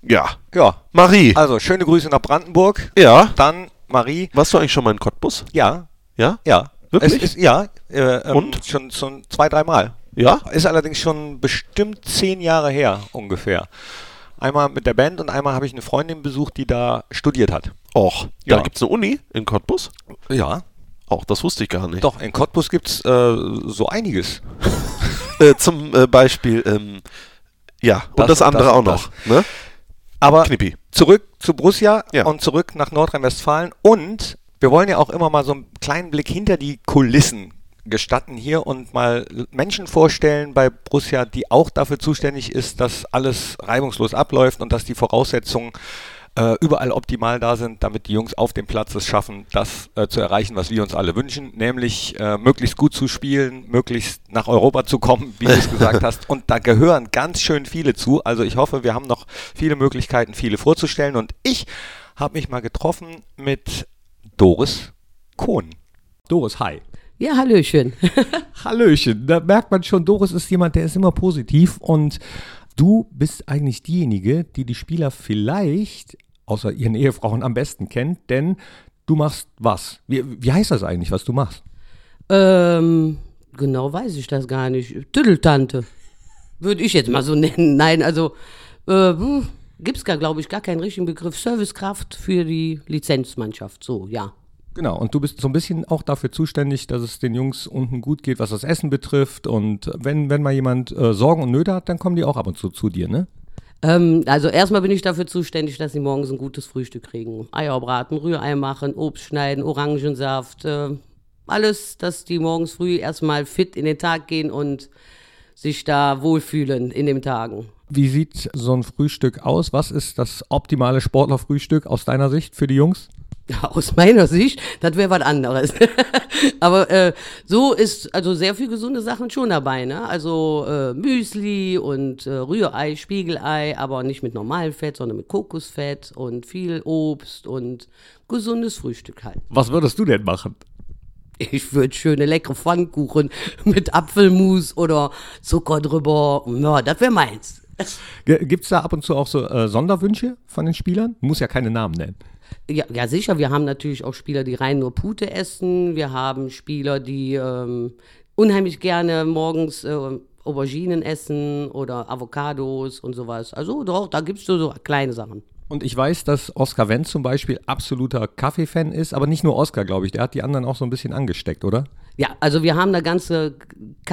[SPEAKER 1] Ja.
[SPEAKER 2] Ja.
[SPEAKER 1] Marie.
[SPEAKER 2] Also, schöne Grüße nach Brandenburg.
[SPEAKER 1] Ja.
[SPEAKER 2] Dann Marie.
[SPEAKER 1] Warst du eigentlich schon mal in Cottbus?
[SPEAKER 2] Ja.
[SPEAKER 1] Ja?
[SPEAKER 2] Ja.
[SPEAKER 1] Wirklich?
[SPEAKER 2] Es ist, ja. Äh, ähm,
[SPEAKER 1] Und?
[SPEAKER 2] Schon, schon zwei, dreimal.
[SPEAKER 1] Ja?
[SPEAKER 2] Ist allerdings schon bestimmt zehn Jahre her ungefähr. Einmal mit der Band und einmal habe ich eine Freundin besucht, die da studiert hat.
[SPEAKER 1] Och. Da
[SPEAKER 2] Ja.
[SPEAKER 1] gibt es eine Uni in Cottbus?
[SPEAKER 2] Ja.
[SPEAKER 1] Auch das wusste ich gar nicht.
[SPEAKER 2] Doch, in Cottbus gibt es äh, so einiges.
[SPEAKER 1] Äh, zum äh, Beispiel, ähm, ja, und das,
[SPEAKER 2] Das und
[SPEAKER 1] andere
[SPEAKER 2] das
[SPEAKER 1] auch
[SPEAKER 2] und
[SPEAKER 1] noch. Ne?
[SPEAKER 2] Aber
[SPEAKER 1] Knippi.
[SPEAKER 2] zurück zu Borussia
[SPEAKER 1] Ja.
[SPEAKER 2] und zurück nach Nordrhein-Westfalen. Und wir wollen ja auch immer mal so einen kleinen Blick hinter die Kulissen gestatten hier und mal Menschen vorstellen bei Borussia, die auch dafür zuständig ist, dass alles reibungslos abläuft und dass die Voraussetzungen äh, überall optimal da sind, damit die Jungs auf dem Platz es schaffen, das äh, zu erreichen, was wir uns alle wünschen, nämlich äh, möglichst gut zu spielen, möglichst nach Europa zu kommen, wie du es gesagt hast. Und da gehören ganz schön viele zu. Also ich hoffe, wir haben noch viele Möglichkeiten, viele vorzustellen. Und ich habe mich mal getroffen mit Doris Kohn.
[SPEAKER 10] Doris, hi. Ja, Hallöchen. Hallöchen. Da merkt man schon, Doris ist jemand, der ist immer positiv und du bist eigentlich diejenige, die die Spieler vielleicht, außer ihren Ehefrauen, am besten kennt, denn du machst was? Wie, wie heißt das eigentlich, was du machst?
[SPEAKER 11] Ähm, genau weiß ich das gar nicht. Tüdeltante. Würde ich jetzt mal so nennen. Nein, also äh, gibt es gar, glaube ich, gar keinen richtigen Begriff. Servicekraft für die Lizenzmannschaft. So, ja.
[SPEAKER 10] Genau, und du bist so ein bisschen auch dafür zuständig, dass es den Jungs unten gut geht, was das Essen betrifft. Und wenn, wenn mal jemand äh, Sorgen und Nöte hat, dann kommen die auch ab und zu zu dir, ne?
[SPEAKER 11] Ähm, also erstmal bin ich dafür zuständig, dass sie morgens ein gutes Frühstück kriegen. Eier braten, Rührei machen, Obst schneiden, Orangensaft, äh, alles, dass die morgens früh erstmal fit in den Tag gehen und sich da wohlfühlen in den Tagen.
[SPEAKER 10] Wie sieht so ein Frühstück aus? Was ist das optimale Sportlerfrühstück aus deiner Sicht für die Jungs?
[SPEAKER 11] Aus meiner Sicht, das wäre was anderes. Aber äh, so ist also sehr viel gesunde Sachen schon dabei, ne? Also äh, Müsli und äh, Rührei, Spiegelei, aber nicht mit normalem Fett, sondern mit Kokosfett und viel Obst und gesundes Frühstück halt.
[SPEAKER 10] Was würdest du denn machen?
[SPEAKER 11] Ich würde schöne leckere Pfannkuchen mit Apfelmus oder Zucker drüber. Ja, das wäre meins.
[SPEAKER 10] Gibt es da ab und zu auch so äh, Sonderwünsche von den Spielern? Muss ja keine Namen nennen.
[SPEAKER 11] Ja, ja, sicher. Wir haben natürlich auch Spieler, die rein nur Pute essen. Wir haben Spieler, die ähm, unheimlich gerne morgens äh, Auberginen essen oder Avocados und sowas. Also doch, da gibt's so, so kleine Sachen.
[SPEAKER 10] Und ich weiß, dass Oscar Wendt zum Beispiel absoluter Kaffee-Fan ist, aber nicht nur Oscar, glaube ich. Der hat die anderen auch so ein bisschen angesteckt, oder?
[SPEAKER 11] Ja, also wir haben da ganze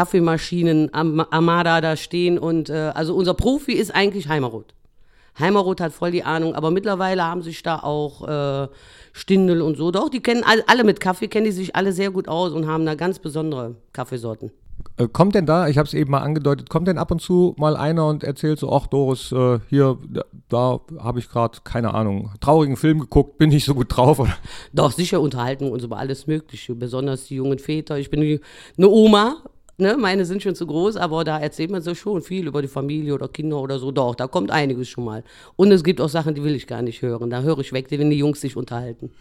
[SPEAKER 11] Kaffeemaschinen am Amada da stehen und äh, also unser Profi ist eigentlich Heimeroth. Heimeroth hat voll die Ahnung, aber mittlerweile haben sich da auch äh, Stindel und so. Doch, die kennen alle, alle mit Kaffee, kennen die sich alle sehr gut aus und haben da ganz besondere Kaffeesorten.
[SPEAKER 10] Äh, kommt denn da, ich habe es eben mal angedeutet, kommt denn ab und zu mal einer und erzählt so, ach Doris, äh, hier, da, da habe ich gerade, keine Ahnung, traurigen Film geguckt, bin nicht so gut drauf. Oder?
[SPEAKER 11] Doch, sicher Unterhaltung und so über alles Mögliche, besonders die jungen Väter. Ich bin die- eine Oma, ne? meine sind schon zu groß, aber da erzählt man so schon viel über die Familie oder Kinder oder so. Doch, da kommt einiges schon mal. Und es gibt auch Sachen, die will ich gar nicht hören. Da höre ich weg, wenn die Jungs sich unterhalten.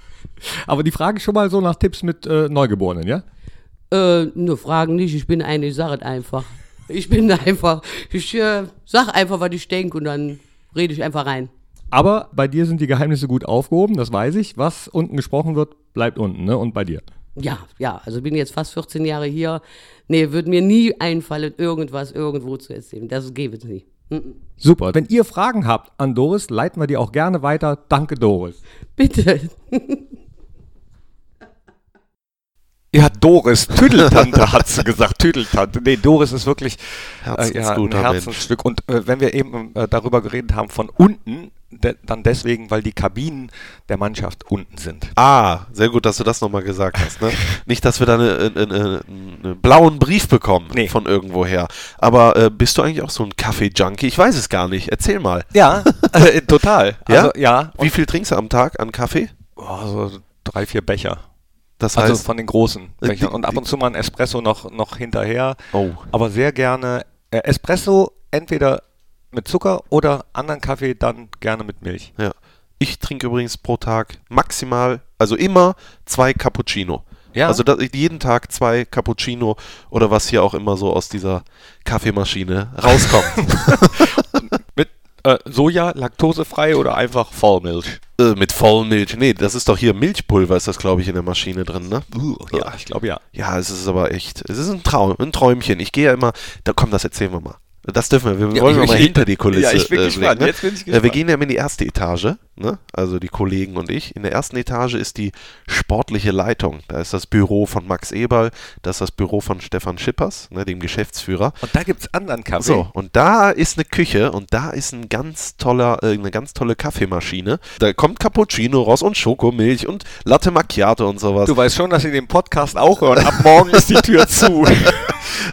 [SPEAKER 10] Aber die Frage schon mal so nach Tipps mit äh, Neugeborenen, ja?
[SPEAKER 11] Äh, nur fragen nicht, ich bin eine, ich sage es einfach. Ich bin einfach, ich äh, sag einfach, was ich denke und dann rede ich einfach rein.
[SPEAKER 10] Aber bei dir sind die Geheimnisse gut aufgehoben, das weiß ich. Was unten gesprochen wird, bleibt unten, ne? Und bei dir.
[SPEAKER 11] Ja, ja, also bin jetzt fast 14 Jahre hier. Nee, wird mir nie einfallen, irgendwas irgendwo zu erzählen. Das gäbe es nie. Mhm.
[SPEAKER 10] Super. Wenn ihr Fragen habt an Doris, leiten wir die auch gerne weiter. Danke, Doris.
[SPEAKER 11] Bitte.
[SPEAKER 2] Ja, Doris, Tüdeltante hat sie gesagt, Tüdeltante. Nee, Doris ist wirklich äh, ja, ein
[SPEAKER 1] Herzensguter
[SPEAKER 2] Herzensstück. Und äh, wenn wir eben äh, darüber geredet haben von unten, de dann deswegen, weil die Kabinen der Mannschaft unten sind.
[SPEAKER 1] Ah, sehr gut, dass du das nochmal gesagt hast. Ne? Nicht, dass wir da einen eine, eine, einen blauen Brief bekommen von irgendwoher. Aber äh, bist du eigentlich auch so ein Kaffee-Junkie? Ich weiß es gar nicht. Erzähl mal.
[SPEAKER 2] Ja, äh, total.
[SPEAKER 1] Ja?
[SPEAKER 2] Also, ja.
[SPEAKER 1] Wie viel trinkst du am Tag an Kaffee?
[SPEAKER 2] Boah, so drei, vier Becher.
[SPEAKER 1] Das
[SPEAKER 2] also
[SPEAKER 1] heißt-
[SPEAKER 2] von den großen
[SPEAKER 1] Äh,
[SPEAKER 2] Bechern.
[SPEAKER 1] die-
[SPEAKER 2] Und ab und zu mal ein Espresso noch, noch hinterher.
[SPEAKER 1] Oh.
[SPEAKER 2] Aber sehr gerne äh, Espresso entweder mit Zucker oder anderen Kaffee dann gerne mit Milch.
[SPEAKER 1] Ja. Ich trinke übrigens pro Tag maximal, also immer zwei Cappuccino.
[SPEAKER 2] Ja.
[SPEAKER 1] Also da, jeden Tag zwei Cappuccino oder was hier auch immer so aus dieser Kaffeemaschine rauskommt.
[SPEAKER 2] mit äh, Soja, laktosefrei oder einfach Vollmilch?
[SPEAKER 1] Äh, mit Vollmilch. Nee, das ist doch hier Milchpulver, ist das, glaube ich, in der Maschine drin, ne?
[SPEAKER 2] Ja, ich glaube ja.
[SPEAKER 1] Ja, es ist aber echt. Es ist ein Traum, ein Träumchen. Ich gehe ja immer. Da komm, das erzählen wir mal. Das dürfen wir. Wir
[SPEAKER 2] Ja,
[SPEAKER 1] wollen
[SPEAKER 2] ich-
[SPEAKER 1] mal
[SPEAKER 2] ich-
[SPEAKER 1] hinter die Kulisse.
[SPEAKER 2] ja, ich bin
[SPEAKER 1] äh,
[SPEAKER 2] gespannt.
[SPEAKER 1] blicken, ne?
[SPEAKER 2] Jetzt bin ich
[SPEAKER 1] Äh, Wir
[SPEAKER 2] gespannt.
[SPEAKER 1] gehen ja immer in die erste Etage, ne? also die Kollegen und ich. In der ersten Etage ist die sportliche Leitung. Da ist das Büro von Max Eberl, das ist das Büro von Stefan Schippers, ne, dem Geschäftsführer.
[SPEAKER 2] Und da gibt es anderen Kaffee.
[SPEAKER 1] So, und da ist eine Küche und da ist ein ganz toller, äh, eine ganz tolle Kaffeemaschine. Da kommt Cappuccino raus und Schokomilch und Latte Macchiato und sowas.
[SPEAKER 2] Du weißt schon, dass sie den Podcast auch hören. Ab morgen ist die Tür zu.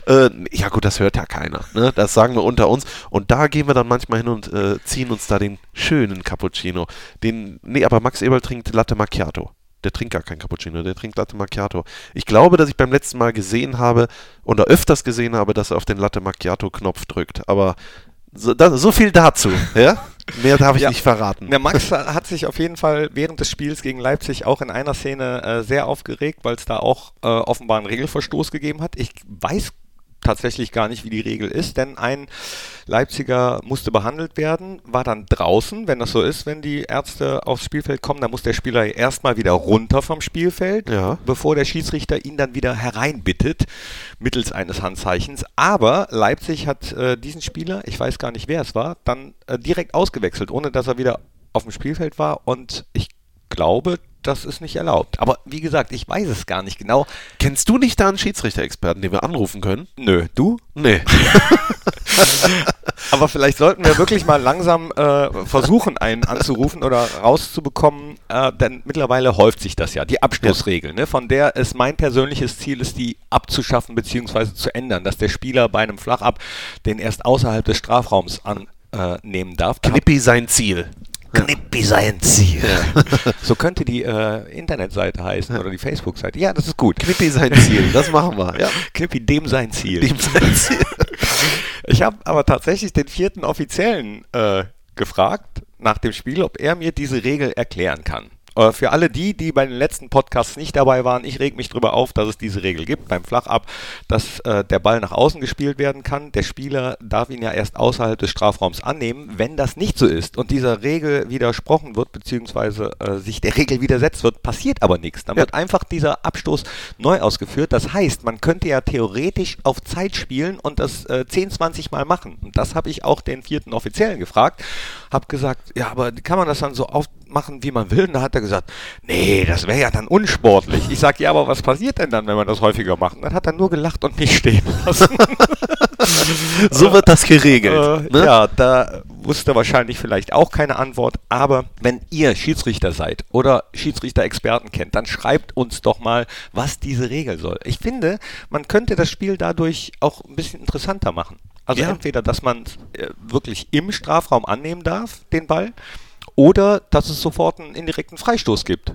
[SPEAKER 1] Äh, ja gut, das hört ja keiner. Ne? Das sagen wir unter uns. Und da gehen wir dann manchmal hin und äh, ziehen uns da den schönen Cappuccino. Den, nee, aber Max Eberl trinkt Latte Macchiato. Der trinkt gar kein Cappuccino, der trinkt Latte Macchiato. Ich glaube, dass ich beim letzten Mal gesehen habe oder öfters gesehen habe, dass er auf den Latte Macchiato-Knopf drückt. Aber so, da, so viel dazu. Ja? Mehr darf ich
[SPEAKER 2] Ja.
[SPEAKER 1] nicht verraten.
[SPEAKER 2] Der Max hat sich auf jeden Fall während des Spiels gegen Leipzig auch in einer Szene äh, sehr aufgeregt, weil es da auch äh, offenbar einen Regelverstoß gegeben hat. Ich weiß tatsächlich gar nicht, wie die Regel ist, denn ein Leipziger musste behandelt werden, war dann draußen, wenn das so ist, wenn die Ärzte aufs Spielfeld kommen, dann muss der Spieler erstmal wieder runter vom Spielfeld,
[SPEAKER 1] Ja.
[SPEAKER 2] bevor der Schiedsrichter ihn dann wieder hereinbittet, mittels eines Handzeichens. Aber Leipzig hat äh, diesen Spieler, ich weiß gar nicht wer es war, dann äh, direkt ausgewechselt, ohne dass er wieder auf dem Spielfeld war. Und ich glaube, das ist nicht erlaubt. Aber wie gesagt, ich weiß es gar nicht genau.
[SPEAKER 1] Kennst du nicht da einen Schiedsrichter-Experten, den wir anrufen können?
[SPEAKER 2] Nö, du?
[SPEAKER 1] Nee.
[SPEAKER 2] Aber vielleicht sollten wir wirklich mal langsam äh, versuchen, einen anzurufen oder rauszubekommen, äh, denn mittlerweile häuft sich das ja, die Abstoßregel, ne, von der es mein persönliches Ziel ist, die abzuschaffen bzw. zu ändern, dass der Spieler bei einem Flachab den erst außerhalb des Strafraums annehmen darf. Da
[SPEAKER 1] Knippi sein Ziel.
[SPEAKER 2] Knippi sein Ziel. So könnte die äh, Internetseite heißen oder die Facebook-Seite. Ja, das ist gut.
[SPEAKER 1] Knippi sein Ziel, das machen wir. Ja.
[SPEAKER 2] Knippi dem sein Ziel.
[SPEAKER 1] Dem sein Ziel.
[SPEAKER 2] Ich habe aber tatsächlich den vierten Offiziellen äh, gefragt nach dem Spiel, ob er mir diese Regel erklären kann. Äh, Für alle die, die bei den letzten Podcasts nicht dabei waren, ich reg mich darüber auf, dass es diese Regel gibt beim Flachab, dass äh, der Ball nach außen gespielt werden kann. Der Spieler darf ihn ja erst außerhalb des Strafraums annehmen, wenn das nicht so ist und dieser Regel widersprochen wird, beziehungsweise äh, sich der Regel widersetzt wird, passiert aber nichts. Dann wird einfach dieser Abstoß neu ausgeführt. Das heißt, man könnte ja theoretisch auf Zeit spielen und das äh, 10, 20 Mal machen. Und das habe ich auch den vierten Offiziellen gefragt. Habe gesagt, ja, aber kann man das dann so oft machen, wie man will? Und da hat er gesagt, nee, das wäre ja dann unsportlich. Ich sage, ja, aber was passiert denn dann, wenn man das häufiger macht? Und dann hat er nur gelacht und mich stehen lassen.
[SPEAKER 1] So wird das geregelt. ne?
[SPEAKER 2] Äh, Ja, da wusste wahrscheinlich vielleicht auch keine Antwort. Aber wenn ihr Schiedsrichter seid oder Schiedsrichter-Experten kennt, dann schreibt uns doch mal, was diese Regel soll. Ich finde, man könnte das Spiel dadurch auch ein bisschen interessanter machen. Also
[SPEAKER 1] Ja.
[SPEAKER 2] entweder, dass man äh, wirklich im Strafraum annehmen darf, den Ball, oder dass es sofort einen indirekten Freistoß gibt.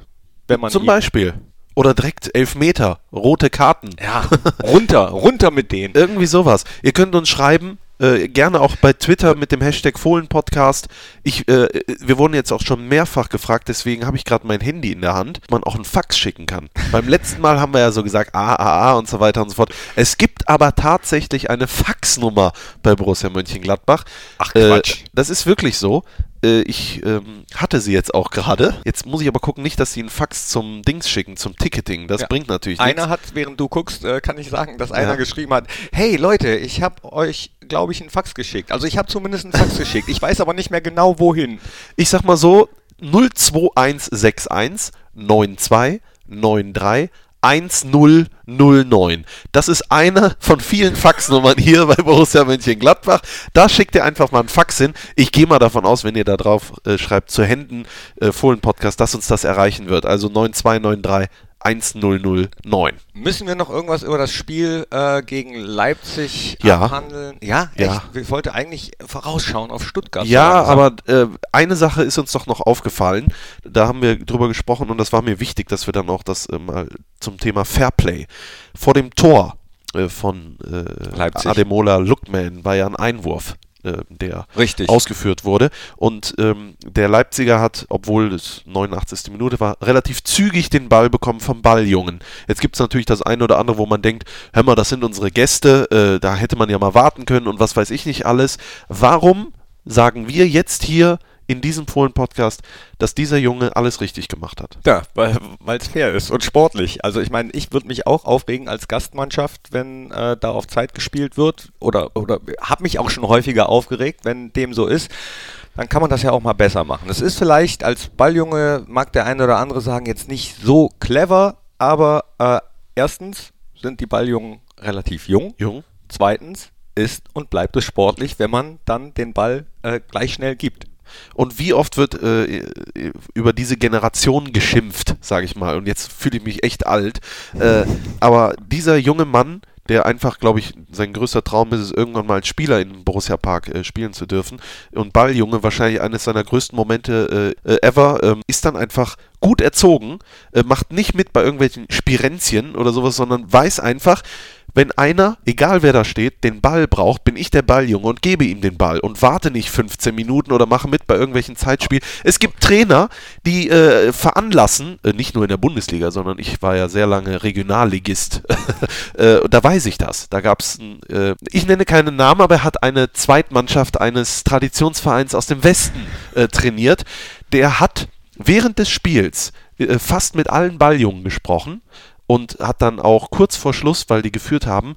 [SPEAKER 2] Wenn man
[SPEAKER 1] Zum
[SPEAKER 2] ihn-
[SPEAKER 1] Beispiel. Oder direkt Elfmeter, rote Karten.
[SPEAKER 2] Ja, runter, runter mit denen.
[SPEAKER 1] Irgendwie sowas. Ihr könnt uns schreiben, äh, gerne auch bei Twitter mit dem Hashtag Fohlenpodcast. Ich, äh, wir wurden jetzt auch schon mehrfach gefragt, deswegen habe ich gerade mein Handy in der Hand, ob man auch einen Fax schicken kann. Beim letzten Mal haben wir ja so gesagt, ah, ah, ah und so weiter und so fort. Es gibt aber tatsächlich eine Faxnummer bei Borussia Mönchengladbach.
[SPEAKER 2] Ach, Quatsch.
[SPEAKER 1] das ist wirklich so. Äh, äh, ich ähm, hatte sie jetzt auch gerade. Jetzt muss ich aber gucken, nicht, dass sie einen Fax zum Dings schicken, zum Ticketing. Das
[SPEAKER 2] Ja.
[SPEAKER 1] bringt natürlich
[SPEAKER 2] Einer
[SPEAKER 1] nichts.
[SPEAKER 2] hat, während du guckst, äh, kann ich sagen, dass einer
[SPEAKER 1] Ja.
[SPEAKER 2] geschrieben hat, hey Leute, ich habe euch, glaube ich, einen Fax geschickt. Also ich habe zumindest einen Fax geschickt. Ich weiß aber nicht mehr genau, wohin.
[SPEAKER 1] Ich sag mal so, 02161 92 93 1009. Das ist eine von vielen Faxnummern hier bei Borussia Mönchengladbach. Da schickt ihr einfach mal einen Fax hin. Ich gehe mal davon aus, wenn ihr da drauf äh, schreibt, zu Händen äh, Fohlen-Podcast, dass uns das erreichen wird. Also 9293 1009.
[SPEAKER 2] Müssen wir noch irgendwas über das Spiel äh, gegen Leipzig
[SPEAKER 1] Ja.
[SPEAKER 2] abhandeln? Ja,
[SPEAKER 1] Ja.
[SPEAKER 2] echt? Ich wollte eigentlich vorausschauen auf Stuttgart.
[SPEAKER 1] Ja,
[SPEAKER 2] So langsam.
[SPEAKER 1] aber äh, eine Sache ist uns doch noch aufgefallen. Da haben wir drüber gesprochen und das war mir wichtig, dass wir dann auch das äh, mal zum Thema Fairplay vor dem Tor äh, von äh,
[SPEAKER 2] Leipzig.
[SPEAKER 1] Ademola Lookman war ja ein Einwurf, äh, der
[SPEAKER 2] Richtig.
[SPEAKER 1] ausgeführt wurde. Und ähm, der Leipziger hat, obwohl es 89. Minute war, relativ zügig den Ball bekommen vom Balljungen. Jetzt gibt es natürlich das eine oder andere, wo man denkt, hör mal, das sind unsere Gäste, äh, da hätte man ja mal warten können und was weiß ich nicht alles. Warum sagen wir jetzt hier in diesem Fohlen-Podcast, dass dieser Junge alles richtig gemacht hat?
[SPEAKER 2] Ja, weil es fair ist und sportlich. Also ich meine, ich würde mich auch aufregen als Gastmannschaft, wenn äh, da auf Zeit gespielt wird oder, oder habe mich auch schon häufiger aufgeregt, wenn dem so ist. Dann kann man das ja auch mal besser machen. Es ist vielleicht als Balljunge, mag der eine oder andere sagen, jetzt nicht so clever, aber äh, erstens sind die Balljungen relativ jung.
[SPEAKER 1] Jung?
[SPEAKER 2] Zweitens ist und bleibt es sportlich, wenn man dann den Ball äh, gleich schnell gibt.
[SPEAKER 1] Und wie oft wird äh, über diese Generation geschimpft, sage ich mal. Und jetzt fühle ich mich echt alt. Äh, aber dieser junge Mann, der einfach, glaube ich, sein größter Traum ist es, irgendwann mal als Spieler in Borussia Park äh, spielen zu dürfen. Und Balljunge, wahrscheinlich eines seiner größten Momente äh, äh, ever, ähm, ist dann einfach gut erzogen, äh, macht nicht mit bei irgendwelchen Spirenzchen oder sowas, sondern weiß einfach, wenn einer, egal wer da steht, den Ball braucht, bin ich der Balljunge und gebe ihm den Ball und warte nicht 15 Minuten oder mache mit bei irgendwelchen Zeitspielen. Es gibt Trainer, die äh, veranlassen, äh, nicht nur in der Bundesliga, sondern ich war ja sehr lange Regionalligist. äh, und da weiß ich das. Da gab es, äh, ich nenne keinen Namen, aber er hat eine Zweitmannschaft eines Traditionsvereins aus dem Westen äh, trainiert. Der hat während des Spiels äh, fast mit allen Balljungen gesprochen und hat dann auch kurz vor Schluss, weil die geführt haben,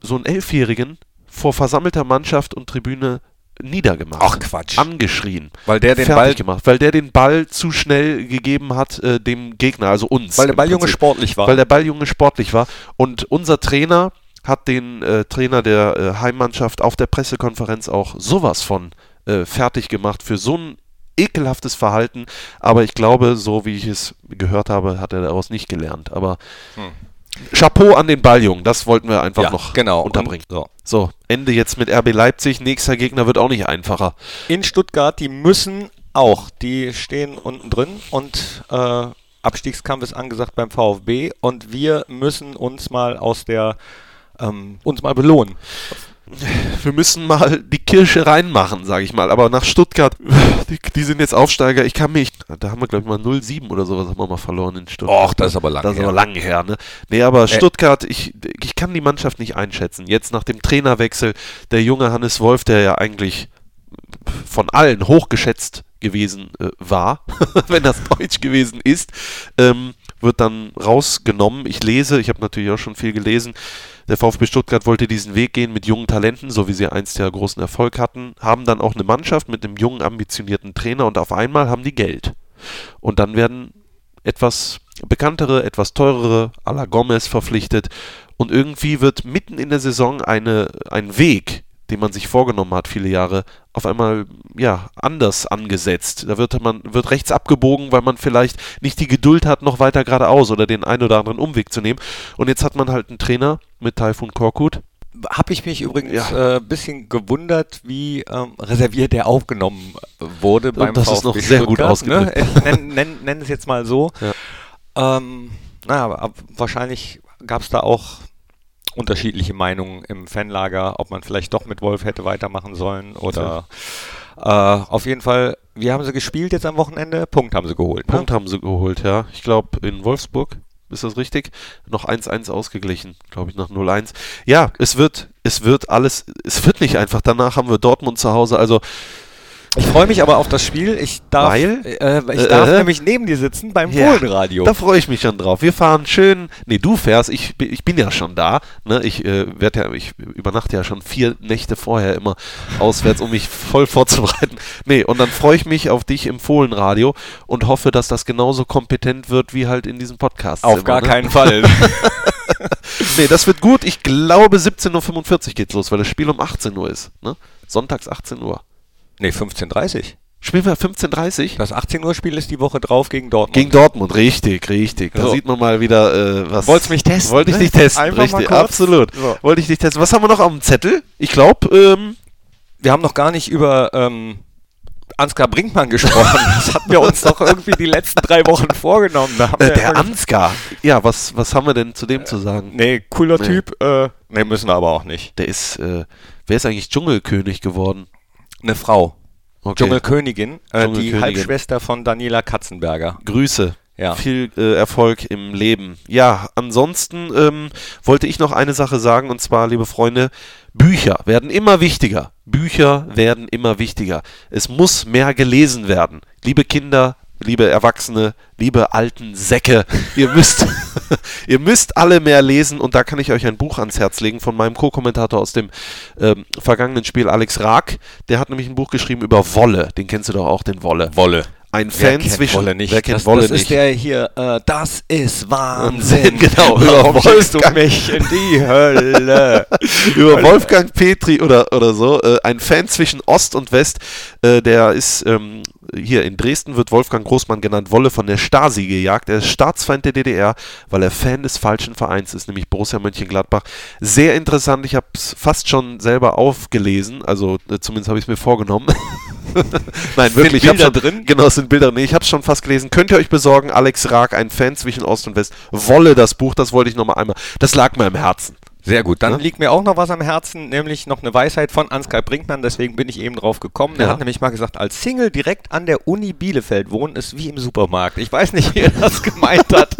[SPEAKER 1] so einen Elfjährigen vor versammelter Mannschaft und Tribüne niedergemacht.
[SPEAKER 2] Ach, Quatsch.
[SPEAKER 1] Angeschrien.
[SPEAKER 2] Weil der den
[SPEAKER 1] Fertig
[SPEAKER 2] Ball-
[SPEAKER 1] gemacht, weil der den Ball zu schnell gegeben hat äh, dem Gegner, also uns.
[SPEAKER 2] Weil der
[SPEAKER 1] im
[SPEAKER 2] Balljunge
[SPEAKER 1] Prinzip.
[SPEAKER 2] sportlich war.
[SPEAKER 1] Weil der Balljunge sportlich war und unser Trainer hat den äh, Trainer der äh, Heimmannschaft auf der Pressekonferenz auch sowas von äh, fertig gemacht für so ein ekelhaftes Verhalten, aber ich glaube, so wie ich es gehört habe, hat er daraus nicht gelernt, aber Chapeau an den Balljungen, das wollten wir einfach
[SPEAKER 2] Hm. Ja,
[SPEAKER 1] noch
[SPEAKER 2] genau.
[SPEAKER 1] unterbringen.
[SPEAKER 2] Und- so.
[SPEAKER 1] so, Ende jetzt mit RB Leipzig, nächster Gegner wird auch nicht einfacher.
[SPEAKER 2] in Stuttgart, die müssen auch. Die stehen unten drin und äh, Abstiegskampf ist angesagt beim VfB und wir müssen uns mal aus der ähm, uns mal belohnen.
[SPEAKER 1] wir müssen mal die Kirsche reinmachen, sage ich mal. Aber nach Stuttgart, die, die sind jetzt Aufsteiger. Ich kann mich, da haben wir glaube ich mal 0,7 oder sowas haben wir mal verloren in Stuttgart.
[SPEAKER 2] Och, das ist aber lang
[SPEAKER 1] Das ist
[SPEAKER 2] her.
[SPEAKER 1] aber lang her, ne? Nee, aber Stuttgart, ich, ich kann die Mannschaft nicht einschätzen. Jetzt nach dem Trainerwechsel, der junge Hannes Wolf, der ja eigentlich von allen hochgeschätzt gewesen äh, war, wenn das Deutsch gewesen ist, ähm, wird dann rausgenommen. Ich lese, ich habe natürlich auch schon viel gelesen. Der VfB Stuttgart wollte diesen Weg gehen mit jungen Talenten, so wie sie einst ja großen Erfolg hatten, haben dann auch eine Mannschaft mit einem jungen, ambitionierten Trainer und auf einmal haben die Geld. Und dann werden etwas bekanntere, etwas teurere, à la Gomez verpflichtet. Und irgendwie wird mitten in der Saison eine, ein Weg, den man sich vorgenommen hat, viele Jahre, auf einmal ja, anders angesetzt. Da wird man wird rechts abgebogen, weil man vielleicht nicht die Geduld hat, noch weiter geradeaus oder den einen oder anderen Umweg zu nehmen. Und jetzt hat man halt einen Trainer mit Taifun Korkut.
[SPEAKER 2] Habe ich mich übrigens äh, ein bisschen gewundert, wie ähm, reserviert der aufgenommen äh, wurde beim
[SPEAKER 1] das
[SPEAKER 2] VfB
[SPEAKER 1] ist noch sehr gut
[SPEAKER 2] Stuttgart, Ne?
[SPEAKER 1] ausgedrückt.
[SPEAKER 2] Ich nenn- nenn- nenn es jetzt mal so. Ähm, naja, aber ab- wahrscheinlich gab es da auch unterschiedliche Meinungen im Fanlager, ob man vielleicht doch mit Wolf hätte weitermachen sollen oder äh, auf jeden Fall, wie haben sie gespielt jetzt am Wochenende? Punkt haben sie geholt. Ne?
[SPEAKER 1] Punkt haben sie geholt, ja. Ich glaube in Wolfsburg, ist das richtig? Noch 1-1 ausgeglichen, glaube ich, nach 0-1. Ja, es wird, es wird alles, es wird nicht einfach. Danach haben wir Dortmund zu Hause, also
[SPEAKER 2] Ich freue mich aber auf das Spiel. Ich darf,
[SPEAKER 1] Weil?
[SPEAKER 2] äh, ich darf
[SPEAKER 1] Äh, äh.
[SPEAKER 2] nämlich neben dir sitzen beim
[SPEAKER 1] Ja,
[SPEAKER 2] Fohlenradio.
[SPEAKER 1] Da freue ich mich schon drauf. Wir fahren schön. Nee, du fährst. Ich, bi- ich bin ja schon da. Ne? Ich, äh, werd ja, ich übernachte ja schon vier Nächte vorher immer auswärts, um mich voll vorzubereiten. Nee, und dann freue ich mich auf dich im Fohlenradio und hoffe, dass das genauso kompetent wird wie halt in diesem ne? Podcast.
[SPEAKER 2] Auf gar keinen Fall.
[SPEAKER 1] nee, das wird gut. Ich glaube, 17.45 Uhr geht's los, weil das Spiel um 18 Uhr ist. Ne? Sonntags 18 Uhr.
[SPEAKER 2] Nee, 15.30
[SPEAKER 1] Spielen wir 15.30 Uhr?
[SPEAKER 2] Das 18 Uhr Spiel ist die Woche drauf gegen Dortmund.
[SPEAKER 1] Gegen Dortmund, richtig, richtig. Da
[SPEAKER 2] So.
[SPEAKER 1] sieht man mal wieder, äh, was.
[SPEAKER 2] Wolltest mich testen,
[SPEAKER 1] Wollte ich
[SPEAKER 2] ne?
[SPEAKER 1] dich testen,
[SPEAKER 2] Einfach mal
[SPEAKER 1] richtig,
[SPEAKER 2] kurz.
[SPEAKER 1] absolut.
[SPEAKER 2] So.
[SPEAKER 1] Wollte ich dich testen. Was haben wir noch am Zettel? Ich glaube, ähm,
[SPEAKER 2] Wir haben noch gar nicht über ähm, Ansgar Brinkmann gesprochen. Das hatten wir uns doch irgendwie die letzten drei Wochen vorgenommen. Da haben
[SPEAKER 1] äh,
[SPEAKER 2] wir
[SPEAKER 1] der
[SPEAKER 2] irgendwie-
[SPEAKER 1] Ansgar. Ja, was, was haben wir denn zu
[SPEAKER 2] Äh.
[SPEAKER 1] dem zu sagen?
[SPEAKER 2] Nee, cooler
[SPEAKER 1] Nee.
[SPEAKER 2] Typ. Äh, nee, müssen wir aber auch nicht.
[SPEAKER 1] Der ist, äh, wer ist eigentlich Dschungelkönig geworden?
[SPEAKER 2] Eine Frau.
[SPEAKER 1] Okay.
[SPEAKER 2] Dschungelkönigin, äh, die
[SPEAKER 1] Dschungelkönigin.
[SPEAKER 2] Halbschwester von Daniela Katzenberger.
[SPEAKER 1] Grüße.
[SPEAKER 2] Ja.
[SPEAKER 1] Viel äh, Erfolg im Leben. Ja, ansonsten ähm, wollte ich noch eine Sache sagen und zwar, liebe Freunde, Bücher werden immer wichtiger. Bücher werden immer wichtiger. Es muss mehr gelesen werden. Liebe Kinder, liebe Erwachsene, liebe alten Säcke, ihr müsst, ihr müsst alle mehr lesen und da kann ich euch ein Buch ans Herz legen von meinem Co-Kommentator aus dem ähm, vergangenen Spiel, Alex Raak. Der hat nämlich ein Buch geschrieben über Wolle. Den kennst du doch auch, den Wolle.
[SPEAKER 2] Wolle.
[SPEAKER 1] Ein
[SPEAKER 2] Wer
[SPEAKER 1] Fan
[SPEAKER 2] kennt
[SPEAKER 1] zwischen.
[SPEAKER 2] Wolle nicht? Ähm,
[SPEAKER 1] Wer kennt
[SPEAKER 2] das,
[SPEAKER 1] Wolle
[SPEAKER 2] das
[SPEAKER 1] nicht?
[SPEAKER 2] ist der hier. Äh, das ist Wahnsinn.
[SPEAKER 1] Wahnsinn, genau.
[SPEAKER 2] Warum
[SPEAKER 1] Über
[SPEAKER 2] schickst du
[SPEAKER 1] Wolfgang.
[SPEAKER 2] mich in die Hölle?
[SPEAKER 1] über Wolfgang Petri oder, oder so, äh, ein Fan zwischen Ost und West, äh, der ist ähm, hier in Dresden, wird Wolfgang Großmann genannt, Wolle von der Stasi gejagt. Er ist Staatsfeind der DDR, weil er Fan des falschen Vereins ist, nämlich Borussia Mönchengladbach. Sehr interessant, ich habe es fast schon selber aufgelesen, also äh, zumindest habe ich es mir vorgenommen. Nein, wirklich. ich hab
[SPEAKER 2] Bilder
[SPEAKER 1] schon,
[SPEAKER 2] drin?
[SPEAKER 1] Genau, es sind Bilder. Nee, ich habe es schon fast gelesen. Könnt ihr euch besorgen, Alex Raag, ein Fan zwischen Ost und West. Wolle, das Buch, das wollte ich nochmal einmal. Das lag mir im Herzen.
[SPEAKER 2] Sehr gut. Dann
[SPEAKER 1] Ja.
[SPEAKER 2] liegt mir auch noch was am Herzen, nämlich noch eine Weisheit von Ansgar Brinkmann. Deswegen bin ich eben drauf gekommen. Er
[SPEAKER 1] Ja.
[SPEAKER 2] hat nämlich mal gesagt, als Single direkt an der Uni Bielefeld wohnen ist wie im Supermarkt. Ich weiß nicht, wie er das gemeint hat,